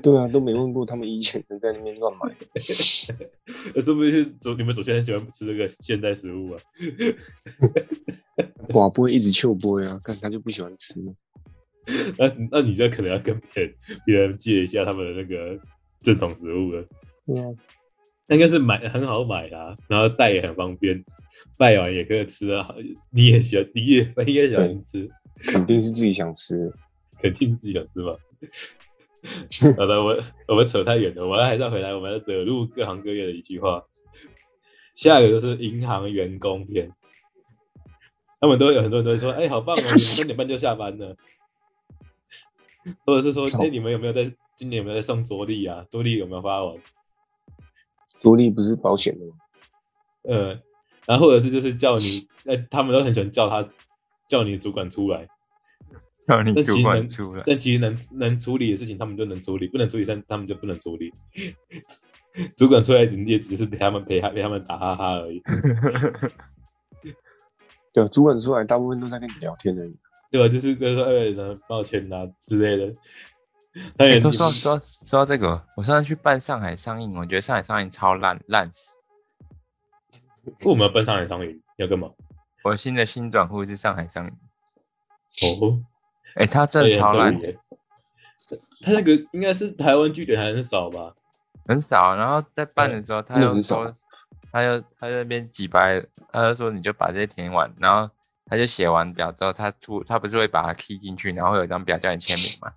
Speaker 3: 对啊，都没问过他们以前人在那边乱买。
Speaker 4: 呃说不定是昨你们首先很喜欢吃这个现代食物啊？
Speaker 3: 寡不会一直秀波呀、但他就不喜欢吃。
Speaker 4: 那那你就可能要跟别人别人借一下他们的那个正统食物了。
Speaker 3: 对啊，
Speaker 4: 那应该是买很好买啦、然后带也很方便，拜完也可以吃啊。你也喜欢，你也你也喜欢吃，
Speaker 3: 肯定是自己想吃。
Speaker 4: 肯定是自己想吃嘛。好的，我我们扯太远了，我们还是要回来，我们要惹怒各行各业的一句话。下一个就是银行员工篇，他们都有很多人都会说：“哎、好棒哦，你们三点半就下班了。”或者是说：“哎、你们有没有在今年有没有在送桌历啊？桌历有没有发完？”
Speaker 3: 多利不是保险的吗？
Speaker 4: 呃，然后或者是就是叫你，呃，他们都很喜欢叫他叫你主管出来，
Speaker 1: 让你
Speaker 4: 但
Speaker 1: 主
Speaker 4: 其实
Speaker 1: 管
Speaker 4: 能
Speaker 1: 出来。
Speaker 4: 但其实能能处理的事情他们就能处理，不能处理但他们就不能处理。 主管出来也只是陪他们陪他陪他们打哈哈而已，
Speaker 3: 对、啊，主管出来大部分都在跟你聊天而已。
Speaker 4: 对吧？就是跟说哎，然后抱歉呐、之类的。他
Speaker 1: 哎、
Speaker 4: 也
Speaker 1: 说说说说到这个，我上次去办上海上映，我觉得上海上映超烂烂死。
Speaker 4: 为我们要奔上海商演要干嘛？我
Speaker 1: 我新的新转户是上海上映，
Speaker 4: 哦，
Speaker 1: 哎、他真
Speaker 4: 这
Speaker 1: 的
Speaker 4: 也
Speaker 1: 超
Speaker 4: 很
Speaker 1: 烂
Speaker 4: 可，恶耶。他那个应该是台湾据点还很少吧？
Speaker 1: 很少。然后在办的时候，他
Speaker 3: 真的
Speaker 1: 又
Speaker 3: 很少
Speaker 1: 说，他又他在那边几白，他就说你就把这些填完，然后他就写完表之后，他出他不是会把它 key 进去，然后会有一张表叫你签名
Speaker 3: 嗯
Speaker 1: 嘛？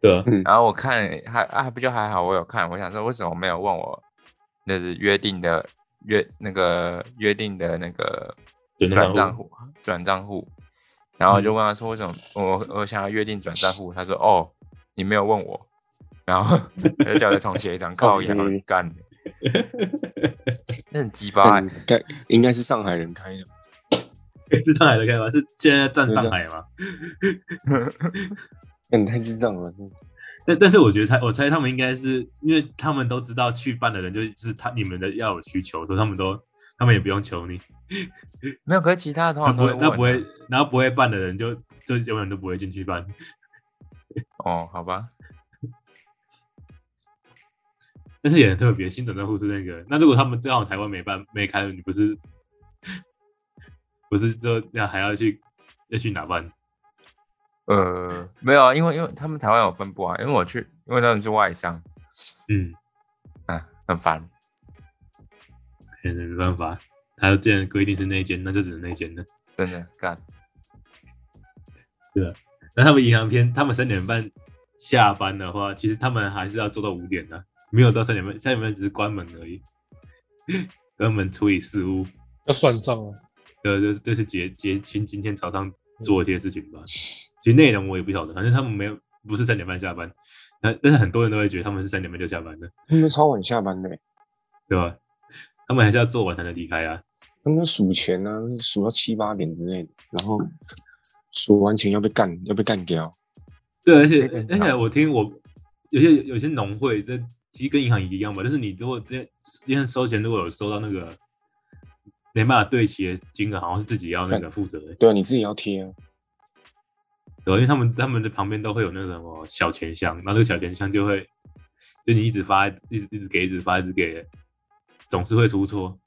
Speaker 4: 对啊，
Speaker 1: 然后我看还啊不就还好，我有看，我想说为什么没有问我，就是约定的约那个约定的那个
Speaker 4: 转
Speaker 1: 转
Speaker 4: 账
Speaker 1: 账
Speaker 4: 户
Speaker 1: 户 转账户，然后
Speaker 3: 嗯
Speaker 1: 我就问他说为什么我我想要约定转账户，他说哦你没有问我，然后 他就叫我再重写一 张靠腰
Speaker 3: 靠背
Speaker 1: 干，那很鸡巴欸
Speaker 3: 但，该应该是上海人开 的，
Speaker 4: 是上海的开发，是现在占上海吗？
Speaker 3: 那你太智障了，真的
Speaker 4: 但但是我觉得他，我猜他们应该是因为他们都知道去办的人就是他你们的要有需求，所以他们都他们也不用求你，
Speaker 1: 没有，可是其他的通
Speaker 4: 那
Speaker 1: 常
Speaker 4: 不
Speaker 1: 都
Speaker 4: 会那不
Speaker 1: 问啊
Speaker 4: 会然后不会办的人就就永远都不会进去办。
Speaker 1: 哦，好吧，
Speaker 4: 但是也很特别，新诊断护士那个。那如果他们正好台湾没办没开，你不是不是就那还要去要去哪办？
Speaker 1: 呃，没有啊，因为因为他们台湾有分布啊，因为我去，因为他们是外商，
Speaker 4: 嗯，
Speaker 1: 啊，很烦。
Speaker 4: 也是没办法，他既然规定是那间，那就只能那间了。
Speaker 1: 真的干，
Speaker 4: 那他们银行片，他们三点半下班的话，其实他们还是要做到五点的、啊没有到三点半，三点半只是关门而已，关门处理事务，
Speaker 2: 要算账啊。
Speaker 4: 这这这是结结清今天早上做的一些事情吧。其实内容我也不晓得，反正他们没有不是三点半下班，但但是很多人都会觉得他们是三点半就下班的，
Speaker 3: 他们都超晚下班的、欸
Speaker 4: 对吧？他们还是要做完才能离开啊。
Speaker 3: 他们数钱啊，数到七八点之类的，然后数完钱要被干，要被干掉。
Speaker 4: 对，而且
Speaker 1: 嗯
Speaker 4: 而且我听我有些有些农会的，其实跟银行一样吧，就是你如果之前之前收钱，如果有收到那个没办法对齐的金额，好像是自己要那个负责的，
Speaker 3: 对啊，你自己要贴啊。
Speaker 4: 对，因为他们他们的旁边都会有那个什么小钱箱，然后那个小钱箱就会就你一直发，一直一直给，一直发，一直给，总是会出错，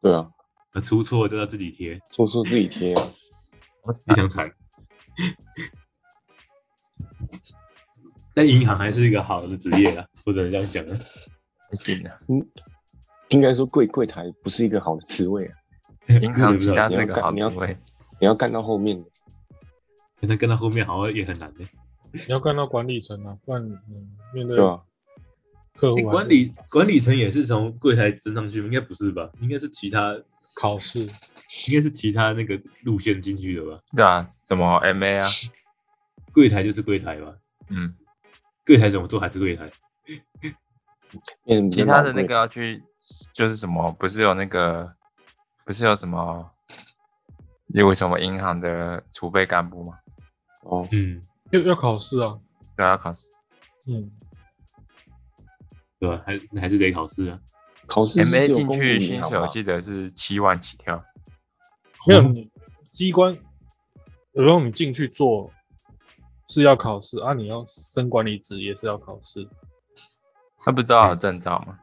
Speaker 3: 对啊，
Speaker 4: 那出错就要自己贴，
Speaker 3: 做错自己贴啊。
Speaker 1: 我
Speaker 4: 非常惨。 但银行还是一个好的职业啊，我只能这样讲了。
Speaker 1: 不行了。
Speaker 3: 应该说柜柜台不是一个好的职位啊，
Speaker 1: 银 行其他
Speaker 3: 你要
Speaker 1: 是个
Speaker 3: 干
Speaker 1: 好
Speaker 3: 你
Speaker 1: 职
Speaker 3: 要
Speaker 1: 位，
Speaker 3: 你要干到后面的。
Speaker 4: 那跟到后面好像也很难的、
Speaker 2: 你要干到管理层啊，不然你面对
Speaker 3: 对啊吧？
Speaker 2: 客户还
Speaker 4: 诶
Speaker 2: 是
Speaker 4: 管理管理层也是从柜台升上去吗，应该不是吧？应该是其他，
Speaker 2: 考试，
Speaker 4: 应该是其他那个路线进去的吧？
Speaker 1: 对啊，什么 MA 啊，
Speaker 4: 柜台就是柜台吧？
Speaker 1: 嗯，
Speaker 4: 柜台怎么做还是柜台？
Speaker 3: 变成比
Speaker 1: 其
Speaker 3: 较
Speaker 1: 他
Speaker 3: 老
Speaker 1: 的那
Speaker 3: 贵
Speaker 1: 个要去就是什么，不是有那个，不是有什么，有什么银行的储备干部吗？
Speaker 3: 哦，
Speaker 4: 嗯，
Speaker 2: 要要考试啊，
Speaker 1: 对啊，考试
Speaker 2: 嗯，
Speaker 4: 对吧？还还是得考试啊。
Speaker 3: 考试是
Speaker 1: MA
Speaker 3: 只有
Speaker 1: 进
Speaker 3: 公务
Speaker 1: 去
Speaker 3: 员
Speaker 1: 薪
Speaker 3: 好
Speaker 1: 水
Speaker 3: 不
Speaker 1: 我
Speaker 3: 好？
Speaker 1: 记得是七万起跳，
Speaker 2: 没有你机关，然后你进去做是要考试啊，你要升管理职也是要考试，
Speaker 1: 他不知
Speaker 3: 哎
Speaker 1: 道有证照吗？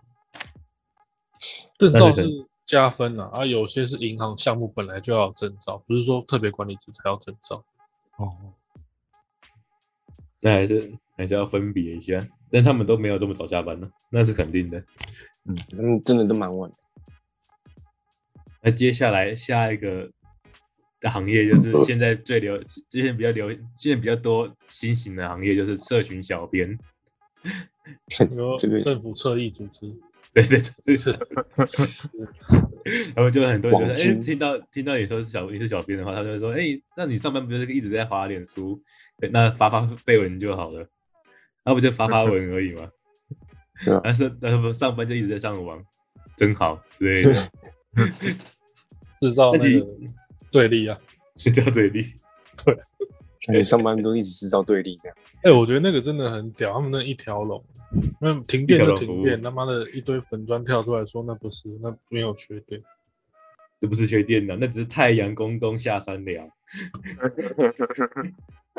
Speaker 2: 证
Speaker 4: 那
Speaker 2: 照
Speaker 4: 那个
Speaker 2: 是加分啊，啊有些是银行项目本来就要有证照，不是说特别管理职才要证照，
Speaker 1: 哦，
Speaker 4: 那还是还是要分别一下，但他们都没有这么早下班呢、那是肯定的。
Speaker 3: 嗯，真的都蛮晚的。
Speaker 4: 那接下来下一个的行业就是现在最流，之前比较流，现在比较多新型的行业就是社群小编。
Speaker 2: 比如
Speaker 3: 这个
Speaker 2: 政府侧翼组织
Speaker 4: 对对对，
Speaker 2: 是，
Speaker 4: 然后就很多人就
Speaker 3: 网
Speaker 4: 说，哎、
Speaker 3: 军
Speaker 4: 听到听到你说是小你是小编的话，他就会说，哎、那你上班不就是一直在发脸书，对那发发绯闻就好了，那、不就发发文而已吗？
Speaker 3: 对啊
Speaker 4: 但是但是不上班就一直在上网，真好之类的，
Speaker 2: 制造
Speaker 4: 那
Speaker 2: 那
Speaker 4: 其
Speaker 2: 个对立啊。
Speaker 4: 叫嘴力。
Speaker 3: 感觉上班都一直制造对立的。
Speaker 2: 哎、我觉得那个真的很屌，他们那一条龙，那停电就停
Speaker 4: 一条龙服
Speaker 2: 电，
Speaker 4: 务
Speaker 2: 他妈的一堆粉砖跳出来说那不是，那没有缺电，
Speaker 4: 这不是缺电脑，那只是太阳公公下山了。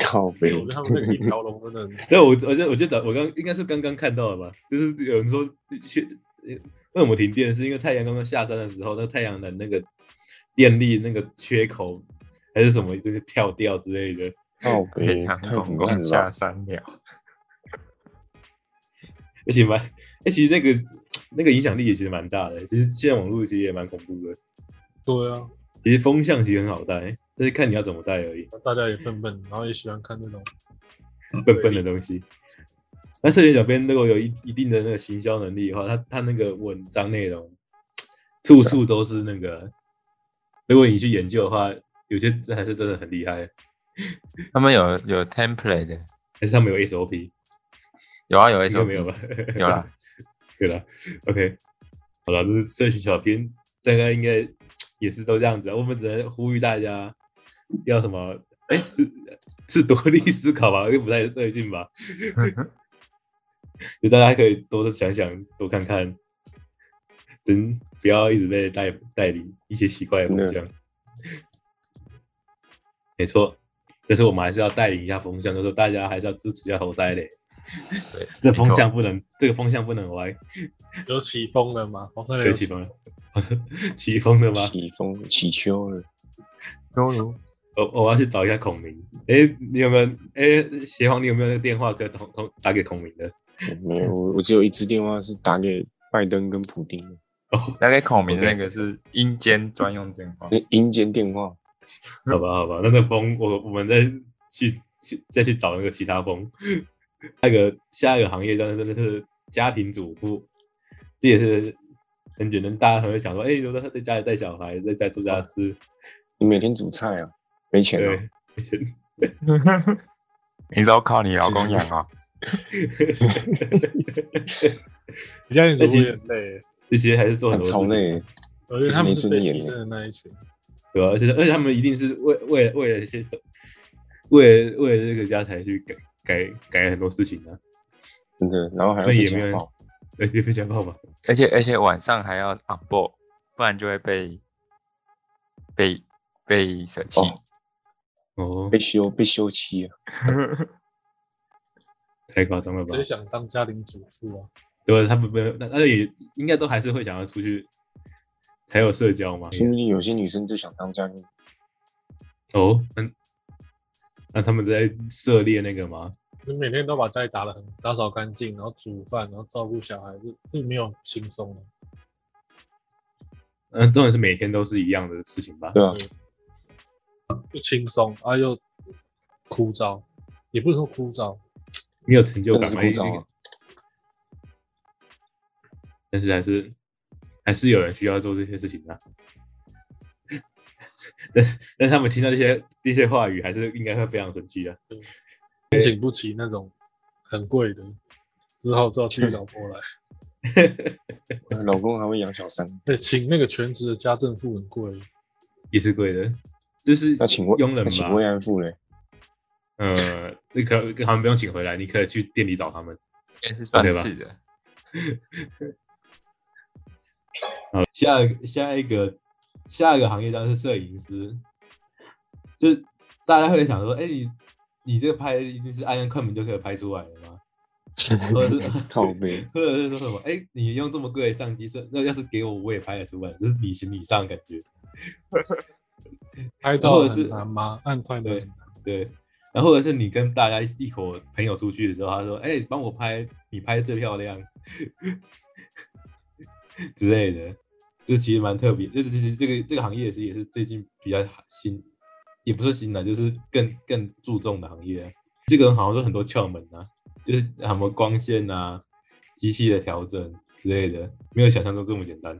Speaker 3: 靠
Speaker 2: 所
Speaker 3: 北
Speaker 2: 以，我觉得他们那个一条龙真的很，
Speaker 4: 对，我我觉得我觉得早我刚应该是刚刚看到了吧，就是有人说去呃为什么停电，是因为太阳刚刚下山的时候，那太阳能那个电力那个缺口还是什么，就是跳掉之类的，
Speaker 3: 靠
Speaker 1: 北
Speaker 3: 北，
Speaker 1: 洋
Speaker 3: 太
Speaker 1: 公
Speaker 3: 恐怖
Speaker 1: 共下
Speaker 3: 了。
Speaker 1: 山了，
Speaker 4: 而且蛮哎、其实那个那个影响力也其实蛮大的，其实现在网络其实也蛮恐怖的，
Speaker 2: 对啊，
Speaker 4: 其实风向其实很好带，但是看你要怎么带而已，
Speaker 2: 大家也笨笨，然后也喜欢看那种，
Speaker 4: 笨笨的东西。那社群小编如果有一一定的那个行销能力的话，他他那个文章内容处处都是那个，如果你去研究的话，有些还是真的很厉害，
Speaker 1: 他们有有 template 的，
Speaker 4: 但是他们有 SOP，
Speaker 1: 有啊有 S
Speaker 4: 应该
Speaker 1: O
Speaker 4: 没有吧？
Speaker 1: 有啦，
Speaker 4: 对了，OK，好了，这是社群小编，大概应该也是都这样子啊，我们只能呼吁大家要什么。哎、是是独立思考吧，又不太对劲吧？就大家可以多想想，多看看，真不要一直被带带领一些奇怪的风向。没错，但是我们还是要带领一下风向，就是大家还是要支持一下侯赛雷。这风向不能，这个风向不能歪，
Speaker 2: 有起风了吗？黄山
Speaker 4: 有
Speaker 2: 有
Speaker 4: 起风了， 起风了吗？
Speaker 3: 起风起秋了，
Speaker 1: 都有
Speaker 4: 我我要去找一下孔明。哎，你有没有？哎，邪皇，你有没有那个电话可以通通打给孔明的？
Speaker 3: 没有，我我只有一支电话是打给拜登跟普丁的，
Speaker 4: 哦，
Speaker 1: 大概孔明
Speaker 4: OK
Speaker 1: 那个是阴间专用电话，
Speaker 3: 那阴间电话。
Speaker 4: 好吧，好吧，那个风，我我们再去去再去找那个其他风。那个下一个行业真的真的是家庭主妇，这也是很简单，大家很会想说，哎、有的在家里带小孩，在家做家事，
Speaker 3: 你每天煮菜啊？没钱啊
Speaker 4: 对？，
Speaker 1: 你都靠你老公养啊。
Speaker 2: 你家庭主妇
Speaker 4: 而且
Speaker 2: 也很累，
Speaker 4: 这些还是做很
Speaker 3: 很
Speaker 4: 多事
Speaker 3: 超
Speaker 4: 情。
Speaker 3: 累欸，
Speaker 2: 我觉得他们
Speaker 3: 没
Speaker 2: 是
Speaker 3: 尊
Speaker 2: 被
Speaker 3: 严
Speaker 2: 牺
Speaker 3: 欸
Speaker 2: 牲的那一群。
Speaker 4: 对吧、而且而且他们一定是为为了为了一些什，为了为了这个家才去改改改很多事情的、啊，
Speaker 3: 真的。然后还要
Speaker 4: 那
Speaker 3: 被
Speaker 4: 也
Speaker 3: 家
Speaker 4: 没有人
Speaker 3: 暴，
Speaker 4: 对，也被家暴嘛，
Speaker 1: 而且而且晚上还要 on board，不然就会被被被舍弃。
Speaker 3: 哦
Speaker 4: 哦
Speaker 3: 被，休被休妻啊。
Speaker 4: 太夸张了吧
Speaker 2: 谁？想当家庭主妇啊？
Speaker 4: 对，他们没有，那那也应该都还是会想要出去，才有社交嘛。
Speaker 3: 说不定有些女生就想当家庭，
Speaker 4: 哦，那那他们在涉猎那个吗？
Speaker 2: 你每天都把家里打得很打扫干净，然后煮饭，然后照顾小孩，这这没有轻松的。
Speaker 4: 嗯，重点是每天都是一样的事情吧？
Speaker 3: 对啊，
Speaker 2: 又轻松啊又枯燥，也不是说枯燥，
Speaker 4: 没有成就
Speaker 3: 真的
Speaker 4: 感
Speaker 3: 是
Speaker 4: 嘛，
Speaker 3: 枯燥
Speaker 4: 因为
Speaker 3: 啊。
Speaker 4: 但是还是还是有人需要做这些事情的、啊 但但他们听到这些这些话语，还是应该会非常生气的。啊
Speaker 2: 供请不起那种很贵的，只好找自己老婆来。
Speaker 3: 我老公还会养小三，
Speaker 2: 对，请那个全职的家政妇很贵，
Speaker 4: 也是贵的，就是
Speaker 3: 那请问
Speaker 4: 佣人
Speaker 3: 那请
Speaker 4: 吧
Speaker 3: 慰。安妇嘞？
Speaker 4: 呃，你可他们不用请回来，你可以去店里找他们。
Speaker 3: 哦
Speaker 1: 应该是算
Speaker 4: OK 吧
Speaker 1: 是的，
Speaker 4: 好，下一个下一个下一个行业当然是摄影师，就大家会想说，哎、你你这个拍一定是按按快门就可以拍出来的吗？或者是
Speaker 3: 靠背，
Speaker 4: 或者是说什么，哎、你用这么贵的相机，说那要是给我我也拍得出来，这是你行你上的感觉，
Speaker 2: 拍照
Speaker 4: 或者是
Speaker 2: 很难吗？按快门
Speaker 4: 对
Speaker 2: 很难
Speaker 4: 对。然后或者是你跟大家一伙朋友出去的时候，他说，哎、帮我拍，你拍最漂亮之类的，这其实蛮特别。就是其实这个这个行业是也是最近比较新，也不是新的，就是更更注重的行业啊。这个好像有很多窍门啊，就是什么光线啊、机器的调整之类的，没有想象中这么简单。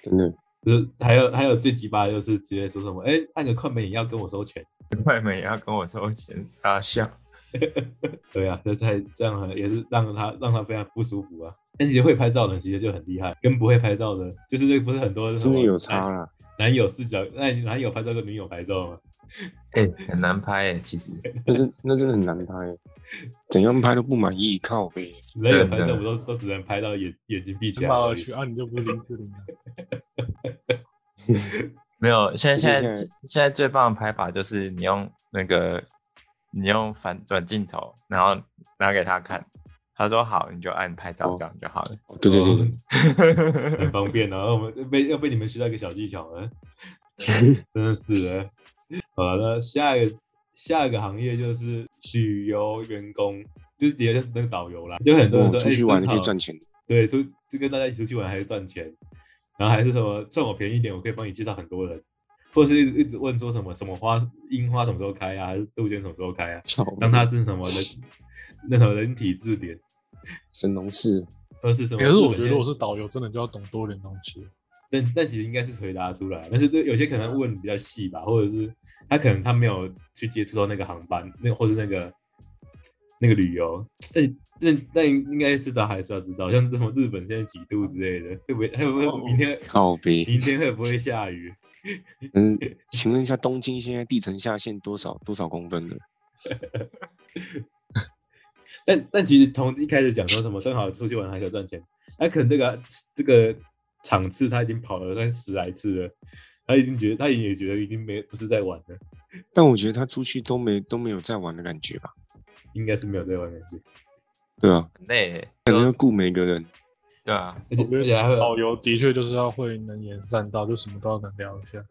Speaker 3: 真的
Speaker 4: 就是还有还有最鸡巴的就是直接说什么，哎、按个快门也要跟我收钱，
Speaker 1: 外面也要跟我收钱，傻笑。
Speaker 4: 对啊，这才这样很也是让他让他非常不舒服啊。但其实会拍照的人其实就很厉害，跟不会拍照的，就是这不是很多什
Speaker 3: 真
Speaker 4: 么
Speaker 3: 的有差啊啦。
Speaker 4: 男男友视角，那男友拍照跟女友拍照吗？
Speaker 1: 哎、很难拍哎、其实
Speaker 3: 那真那真的很 难拍，怎样拍都不满意，靠背。
Speaker 4: 男友
Speaker 1: 真的
Speaker 4: 拍照我都都只能拍到眼眼睛闭起
Speaker 2: 芝
Speaker 4: 来
Speaker 2: 麻
Speaker 4: 而
Speaker 2: 尔
Speaker 4: 已。
Speaker 2: 去啊按你就不是林 志玲了。
Speaker 1: 没有。现在
Speaker 3: 其
Speaker 1: 现
Speaker 3: 实
Speaker 1: 在
Speaker 3: 现在
Speaker 1: 现在最棒的拍法就是你用那个你用反转镜头，然后拿给他看，他说好，你就按拍照
Speaker 3: 哦
Speaker 1: 这样就好了。
Speaker 3: 哦对对对对，
Speaker 4: 很方便啊。然后我们被又被你们学到一个小技巧 了，真的是的。好了，那下一个下一个行业就是旅游员工，就是也是那个导游啦，就很多
Speaker 3: 我
Speaker 4: 人说、
Speaker 3: 哦出
Speaker 4: 哎
Speaker 3: 去玩
Speaker 4: 这
Speaker 3: 可
Speaker 4: 套
Speaker 3: 以赚钱，
Speaker 4: 对，出就跟大家一起出去玩还是赚钱，然后还是什么算我便宜一点，我可以帮你介绍很多人，或者是一直一直问说什么什么花樱花什么时候开啊，还是杜鹃什么时候开啊？
Speaker 3: 靠背
Speaker 4: 当它是什么人
Speaker 3: 嗯
Speaker 4: 那种人体字典，
Speaker 3: 神农氏
Speaker 4: 或是什么？
Speaker 2: 可是我觉
Speaker 4: 日本
Speaker 2: 得
Speaker 4: 现
Speaker 2: 我是导游，真的就要懂多点东西。
Speaker 4: 但但其实应该是回答出来，但是对有些可能问比较细吧，或者是他可能他没有去接触到那个航班，那或是那个那个旅游，但但但应该是他还是要知道，像是什么日本现在几度之类的，会不会会不会明天
Speaker 3: 靠背，
Speaker 4: 明天会不会下雨？
Speaker 3: 嗯，请问一下，东京现在地层下陷多少多少公分了？
Speaker 4: 但但其实从一开始讲说什么正好出去玩还可以赚钱，那可能这个这个场次他已经跑了算十来次了，他已经觉得他也觉得已经没不是在玩了，
Speaker 3: 但我觉得他出去都没都没有在玩的感觉吧？
Speaker 4: 应该是没有在玩感觉，
Speaker 3: 对啊，
Speaker 1: 很累耶，
Speaker 3: 可能要顾每个人。
Speaker 1: 对啊，
Speaker 4: 而且而且还会
Speaker 2: 导游的确就是要会能言善道，就什么都要能聊一下。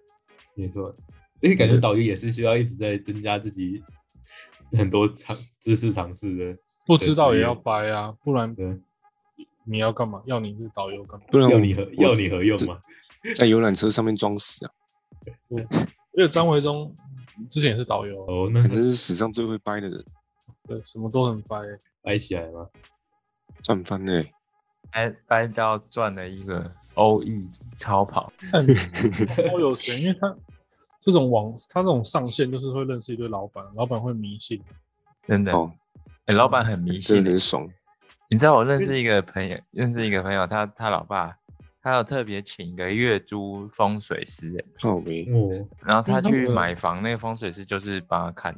Speaker 4: 没错，而且感觉导游也是需要一直在增加自己很多尝知识尝试的，
Speaker 2: 不知道也要掰啊，不然
Speaker 4: 对，
Speaker 2: 你要干嘛？要你是导游干嘛？
Speaker 3: 不然
Speaker 4: 要
Speaker 3: 我
Speaker 4: 你何要你何用嘛？
Speaker 3: 在游览车上面装死啊，
Speaker 2: 因为张维忠之前也是导游，
Speaker 4: 哦，那
Speaker 3: 可能是史上最会掰的人，
Speaker 2: 对，什么都很掰、啊
Speaker 4: 掰起来嘛，
Speaker 3: 赚翻了欸、
Speaker 1: 搬搬到赚了一个欧亿超跑，
Speaker 2: 超有钱，因为他这种网，他这种上线就是会认识一堆老板，老板会迷信，
Speaker 1: 真的，
Speaker 3: 哦，
Speaker 1: 哎老板很迷
Speaker 3: 真
Speaker 1: 信欸
Speaker 3: 的
Speaker 1: 耶
Speaker 3: 很。爽。
Speaker 1: 你知道我认识一个朋友，认识一个朋友，他他老爸，他有特别请一个月租风水师耶，
Speaker 3: 靠 呗，
Speaker 4: 哦，
Speaker 1: 然后他
Speaker 2: 那
Speaker 1: 去
Speaker 2: 我
Speaker 1: 买房，那个风水师就是帮他看，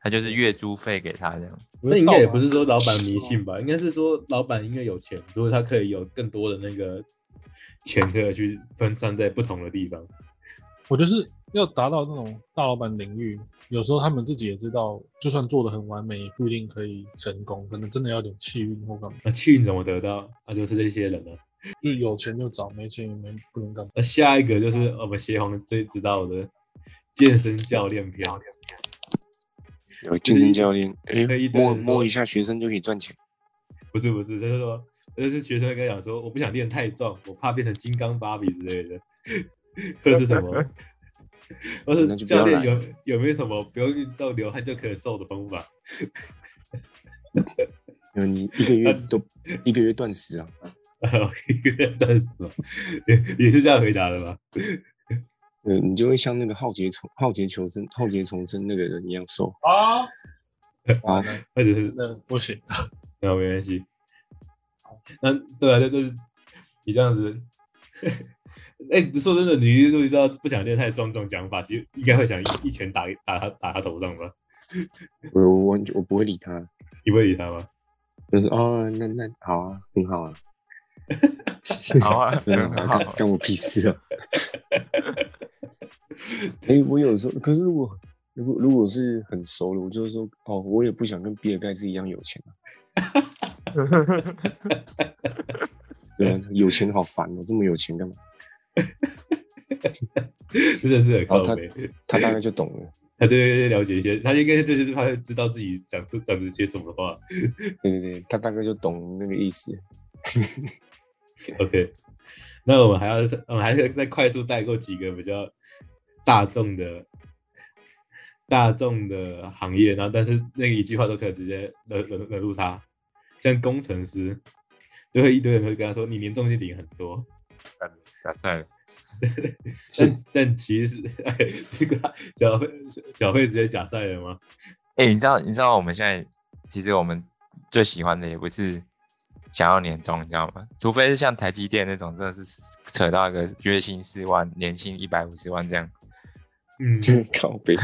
Speaker 1: 他就是月租费给他这样。
Speaker 4: 那应该也
Speaker 3: 啊
Speaker 4: 不是说老板迷信吧，应该是说老板应该有钱，所以他可以有更多的那个钱可以去分散在不同的地方。
Speaker 2: 我就是要达到那种大老板领域，有时候他们自己也知道，就算做的很完美，也不一定可以成功，可能真的要点气运或干嘛。
Speaker 4: 那气运怎么得到？那、就是这些人啊。
Speaker 2: 就有钱就找，没钱也没不能干嘛。
Speaker 4: 那下一个就是我们协红最知道的健身教练篇，
Speaker 3: 有健身教练，哎
Speaker 4: 可以，的
Speaker 3: 摸
Speaker 4: 人说
Speaker 3: 摸一下学生就可以赚钱。
Speaker 4: 不是不是，就是说，就是学生跟他讲说，我不想练太重，我怕变成金刚芭比之类的，或是 什么。我
Speaker 3: 那
Speaker 4: 说
Speaker 3: 就不要
Speaker 4: 教练
Speaker 3: 来
Speaker 4: 有有没有什么不用运动流汗就可以瘦的方法？
Speaker 3: 因为你一个 月都一个月断食啊，
Speaker 4: 啊，一个人断食哦，也也是这样回答的吗？
Speaker 3: 对，呃你就会像那个浩劫重浩劫求生浩劫重生那个人一样瘦。
Speaker 2: 啊，
Speaker 3: 啊，
Speaker 4: 或者是
Speaker 2: 那不行，
Speaker 4: 那没关系。那对啊，对对，你这样子， 哎、说真的，你如果知道不想练太壮这种讲法，其实应该会想一一拳打打他打他头上吧？
Speaker 3: 我我完全我不会理他，
Speaker 4: 你会理他吗？
Speaker 3: 就是哦，那那好啊，很 好啊，
Speaker 1: 好啊，
Speaker 3: 对 啊，
Speaker 1: 很
Speaker 3: 干
Speaker 1: 好。
Speaker 3: 干我屁事啊！哎、我有时候，可是如果如果如果是很熟了，我就是说，哦，我也不想跟比尔盖茨一样有钱啊。对啊，有钱好烦哦，这么有钱干嘛？
Speaker 4: 真的是很
Speaker 3: 哦
Speaker 4: 靠
Speaker 3: 他
Speaker 4: 背。
Speaker 3: 他大概就懂了。
Speaker 4: 他对对对了解一些，他应该就是他会知道自己讲出讲这些什么话。
Speaker 3: 对对对，他大概就懂那个意思。
Speaker 4: OK，那我们还要我们还是再快速带过几个比较大众的大众的行业，然后但是那个一句话都可以直接惹惹惹怒他，像工程师，就会一堆人会跟他说你年终就领很多，
Speaker 1: 打算
Speaker 4: 但但其实、哎、 这个小慧小慧直接假赛了吗？
Speaker 1: 哎、你知道你知道我们现在其实我们最喜欢的也不是想要年终，你知道吗？除非是像台积电那种，真的是扯到一个月薪四万、年薪一百五十万这样，
Speaker 4: 嗯，
Speaker 3: 靠背，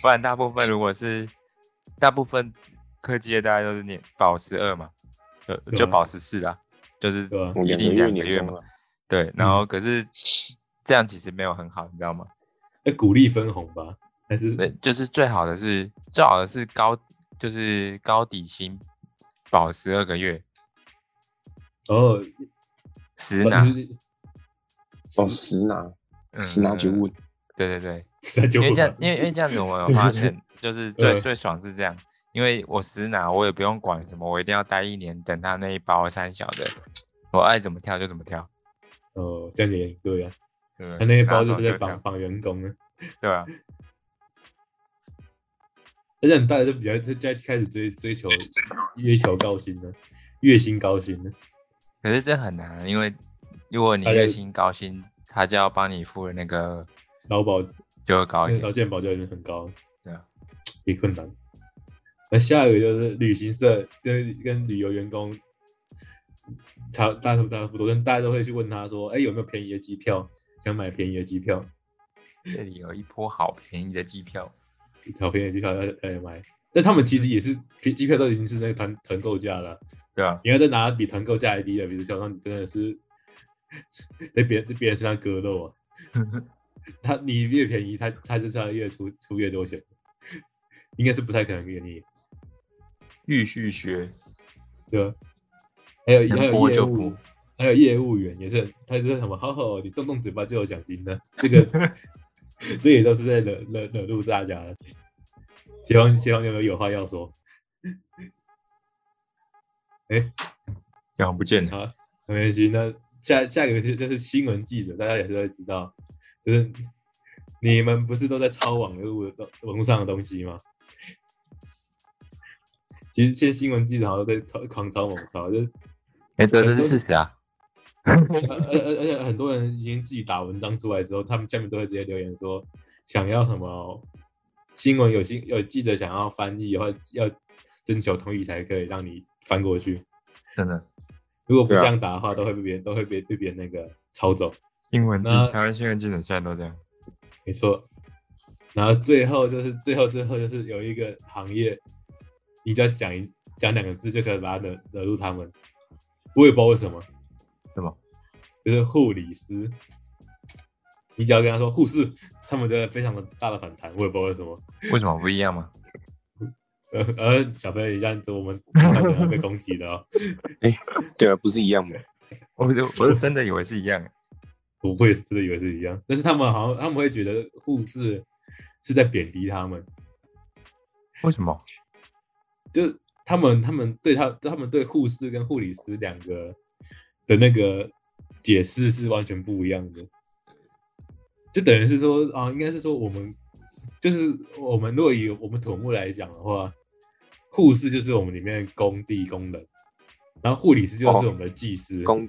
Speaker 1: 不然大部分如果是大部分科技业大家都是年保十二嘛，就
Speaker 4: 对啊
Speaker 1: 就保十四啦，就是
Speaker 4: 对吧、啊嗯
Speaker 3: 我
Speaker 1: 一
Speaker 3: 哦两个
Speaker 1: 定
Speaker 3: 月
Speaker 1: 两个
Speaker 3: 年
Speaker 1: 月
Speaker 3: 终
Speaker 1: 嘛
Speaker 3: 了。，
Speaker 1: 对，然后可是这样其实没有很好，你知道吗？
Speaker 4: 要鼓励分红吧，但是
Speaker 1: 对，就是最好的是最好的是高就是高底薪保十二个月，
Speaker 4: 哦，嗯
Speaker 1: 实拿，
Speaker 3: 哦，十拿
Speaker 1: 嗯
Speaker 3: 十拿九稳。
Speaker 1: 对对对，
Speaker 4: 那 就
Speaker 1: 因为
Speaker 4: 不
Speaker 1: 这样
Speaker 4: 吧，
Speaker 1: 因为因为这样子，我有发现， 就是最
Speaker 4: 对
Speaker 1: 最爽是这样，因为我实拿，我也不用管什么，我一定要待一年，等他那一包三小的，我爱怎么跳就怎么跳，
Speaker 4: 哦，这样也对啊。
Speaker 1: 对嗯不对啊
Speaker 4: 他那一包就
Speaker 1: 拿
Speaker 4: 是
Speaker 1: 走
Speaker 4: 在
Speaker 1: 跳
Speaker 4: 绑绑员工啊呢，
Speaker 1: 对啊吧？
Speaker 4: 而且很大家就比较就就开始追追求月求高薪了，月薪高薪啊了，
Speaker 1: 可是这很难，啊因为如果你
Speaker 4: 大家
Speaker 1: 月薪高薪，他就要帮你付的那个
Speaker 4: 劳保
Speaker 1: 就会高一
Speaker 4: 那
Speaker 1: 点，
Speaker 4: 劳健保就已经很高，
Speaker 1: 对啊，
Speaker 4: 也困难。那下一个就是旅行社跟跟旅游员工，差大差不多，大家都会去问他说，哎、有没有便宜的机票？想买便宜的机票，
Speaker 1: 这里有一波好便宜的机票，
Speaker 4: 好便宜的机票要要买，但他们其实也是机票都已经是那个团团购价了，啊
Speaker 1: 对啊吧？
Speaker 4: 你要再拿比团购价还低的，比如小张，你真的是 在别人在别人身上割 肉啊！他你越便宜，他他就是要越出出越多钱，应该是不太可能给你，
Speaker 1: 继续学，
Speaker 4: 对吧？还有还
Speaker 1: 能
Speaker 4: 有
Speaker 1: 播
Speaker 4: 业
Speaker 1: 就
Speaker 4: 务
Speaker 1: 播，。
Speaker 4: 还有业务员也是，他是什么？好好，你动动嘴巴就有奖金的，这个 这也都是在惹惹惹怒大家的。希望希望你们有话要说
Speaker 1: 然后不 见了，
Speaker 4: 啊，没关系。那下下一个是就是新闻记者，大家也是会知道，就是你们不是都在抄网络的东网络上的东西吗？其实现在新闻记者好像在抄狂抄猛抄，就是
Speaker 1: 哎，对，这是事实啊。
Speaker 4: 而而而而且呃很多人已经自己打文章出来之后，他们下面都会直接留言说，想要什么新闻有新有记者想要翻译，或者要征求同意才可以让你翻过去。
Speaker 1: 真的，
Speaker 4: 如果不
Speaker 3: 对啊
Speaker 4: 这样打的话，都会被别人都会被被别人那个抄走。
Speaker 1: 新闻记
Speaker 4: 那
Speaker 1: 台湾新闻记者现在都这样，
Speaker 4: 没错。然后最后就是最后最后就是有一个行业，你只要讲一讲两个字就可以把它惹惹怒他们。我也不知道为什么，
Speaker 1: 是吗？
Speaker 4: 就是护理师，你只要跟他说护士，他们就会非常的大的反弹，我也不知道为什么。
Speaker 1: 为什么不一样吗？
Speaker 4: 呃呃，小朋友，你这样子我们常常可能会被攻击的哦。
Speaker 3: 对啊，不是一样吗？
Speaker 1: 我就我是真的以为是一样，
Speaker 4: 不会真的以为是一样，但是他们好像他们会觉得护士是在贬低他们，
Speaker 1: 为什么？
Speaker 4: 就是他们他们对他他们对护士跟护理师两个的那个解释是完全不一样的，就等于是说啊，应该是说我们就是我们若以我们土木来讲的话，护士就是我们里面的工地工人，然后护理师就是我们的技师。
Speaker 3: 公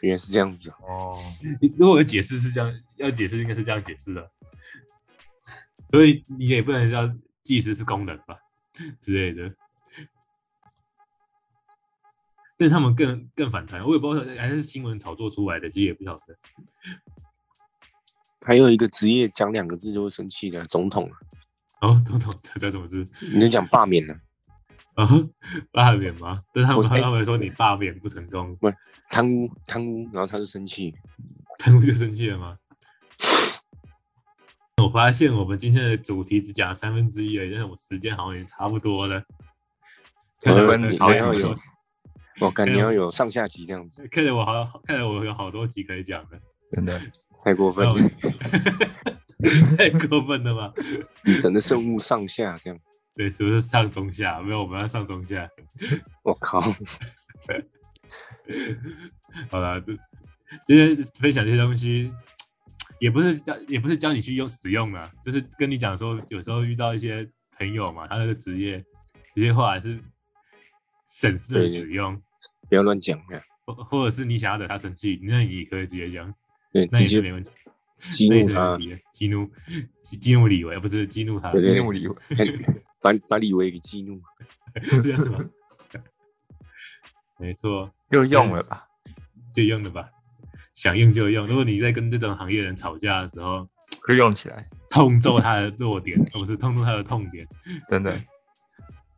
Speaker 3: 原来是这样子啊，
Speaker 1: 哦，
Speaker 4: 你如果有解释是这样，要解释应该是这样解释的，所以你也不能叫技师是工人吧之类的。但是他们更更反弹，我也不知道还是新闻炒作出来的，其实也不晓得。
Speaker 3: 还有一个职业讲两个字就会生气的总统啊，
Speaker 4: 哦，懂懂，这叫什么字？
Speaker 3: 你就讲罢免了、
Speaker 4: 啊、哦，罢免吗？但他们
Speaker 3: 我猜
Speaker 4: 他们说你罢免不成功，
Speaker 3: 贪污贪污，然后他就生气，
Speaker 4: 贪污就生气了吗？ 我发现我们今天的主题只讲了三分之一而已，但是我时间好像也差不多了。看来
Speaker 1: 我
Speaker 4: 我
Speaker 1: 们
Speaker 3: 你
Speaker 1: 好
Speaker 4: 好
Speaker 3: 还
Speaker 1: 几
Speaker 3: 要
Speaker 1: 集
Speaker 4: 像
Speaker 3: 有
Speaker 4: 有，
Speaker 3: 我感
Speaker 4: 对啊
Speaker 3: 你要有上下级这样子，
Speaker 4: 看来我好，看来我有好多集可以讲的。
Speaker 1: 真的，
Speaker 3: 太过分
Speaker 4: 那
Speaker 3: 了
Speaker 4: 我， 太过分了吧？
Speaker 3: 你神的圣物上下这样，
Speaker 4: 对，是不是上中下？没有，我们要上中下。
Speaker 3: 我靠，
Speaker 4: 好了，这今天分享这些东西，也不是教，也不是教你去用使用的，就是跟你讲说，有时候遇到一些朋友嘛，他那个职业，有些话还是省事的
Speaker 3: 对
Speaker 4: 使用，
Speaker 3: 不要乱讲啊，
Speaker 4: 或或者是你想要惹他生气，那你也可以直接讲，
Speaker 3: 对，
Speaker 4: 那
Speaker 3: 直
Speaker 4: 也是
Speaker 3: 接
Speaker 4: 没问题，
Speaker 3: 激
Speaker 4: 那也
Speaker 3: 怒
Speaker 4: 是没
Speaker 3: 他
Speaker 4: 问，题的。激怒激激怒李维，不是激怒他，
Speaker 3: 对对
Speaker 1: 物理
Speaker 3: 把把李维给激怒，
Speaker 4: 这样子吗？没错，
Speaker 1: 又用了吧？
Speaker 4: 就用的吧，想用就用。如果你在跟这种行业人吵架的时候，
Speaker 1: 就用起来，
Speaker 4: 痛揍他的弱点，而不是痛揍他的痛点，
Speaker 1: 真的。
Speaker 3: 对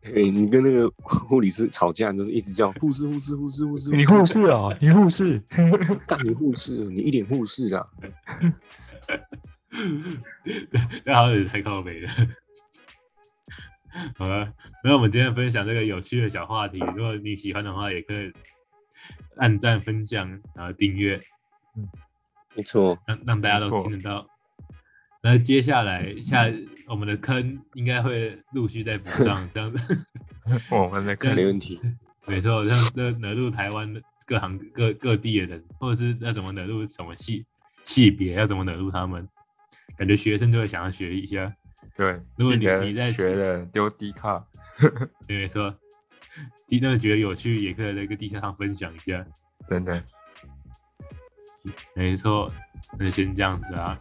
Speaker 3: 哎你跟那个护理师吵架，你就是一直叫护士护士护士护士，
Speaker 1: 士哦，你护士，
Speaker 3: 干你护士，你一脸护士啊，
Speaker 4: 那好像也太靠北了。 好了，那我们今天分享这个有趣的小话题，如果你喜欢的话，也可以按赞、分享，然后订阅，
Speaker 3: 没错，
Speaker 4: 让让大家
Speaker 1: 没
Speaker 4: 都
Speaker 1: 错
Speaker 4: 听得到。那接下来下我们的坑应该会陆续再补上，这样子。
Speaker 1: 我们的
Speaker 3: 没
Speaker 1: 坑
Speaker 3: 问题，
Speaker 4: 没错，像那惹怒台湾的各行各各地的人，或者是要怎么惹怒什么系系别，要怎么惹怒他们，感觉学生就会想要学一下。
Speaker 1: 对，
Speaker 4: 如果
Speaker 1: 记
Speaker 4: 你
Speaker 1: 得
Speaker 4: 你在
Speaker 1: 学了丢低卡，
Speaker 4: 对没错，第那个觉得有趣，也可以在跟地下上分享一下。
Speaker 1: 真的，
Speaker 4: 没错，那就先这样子啊，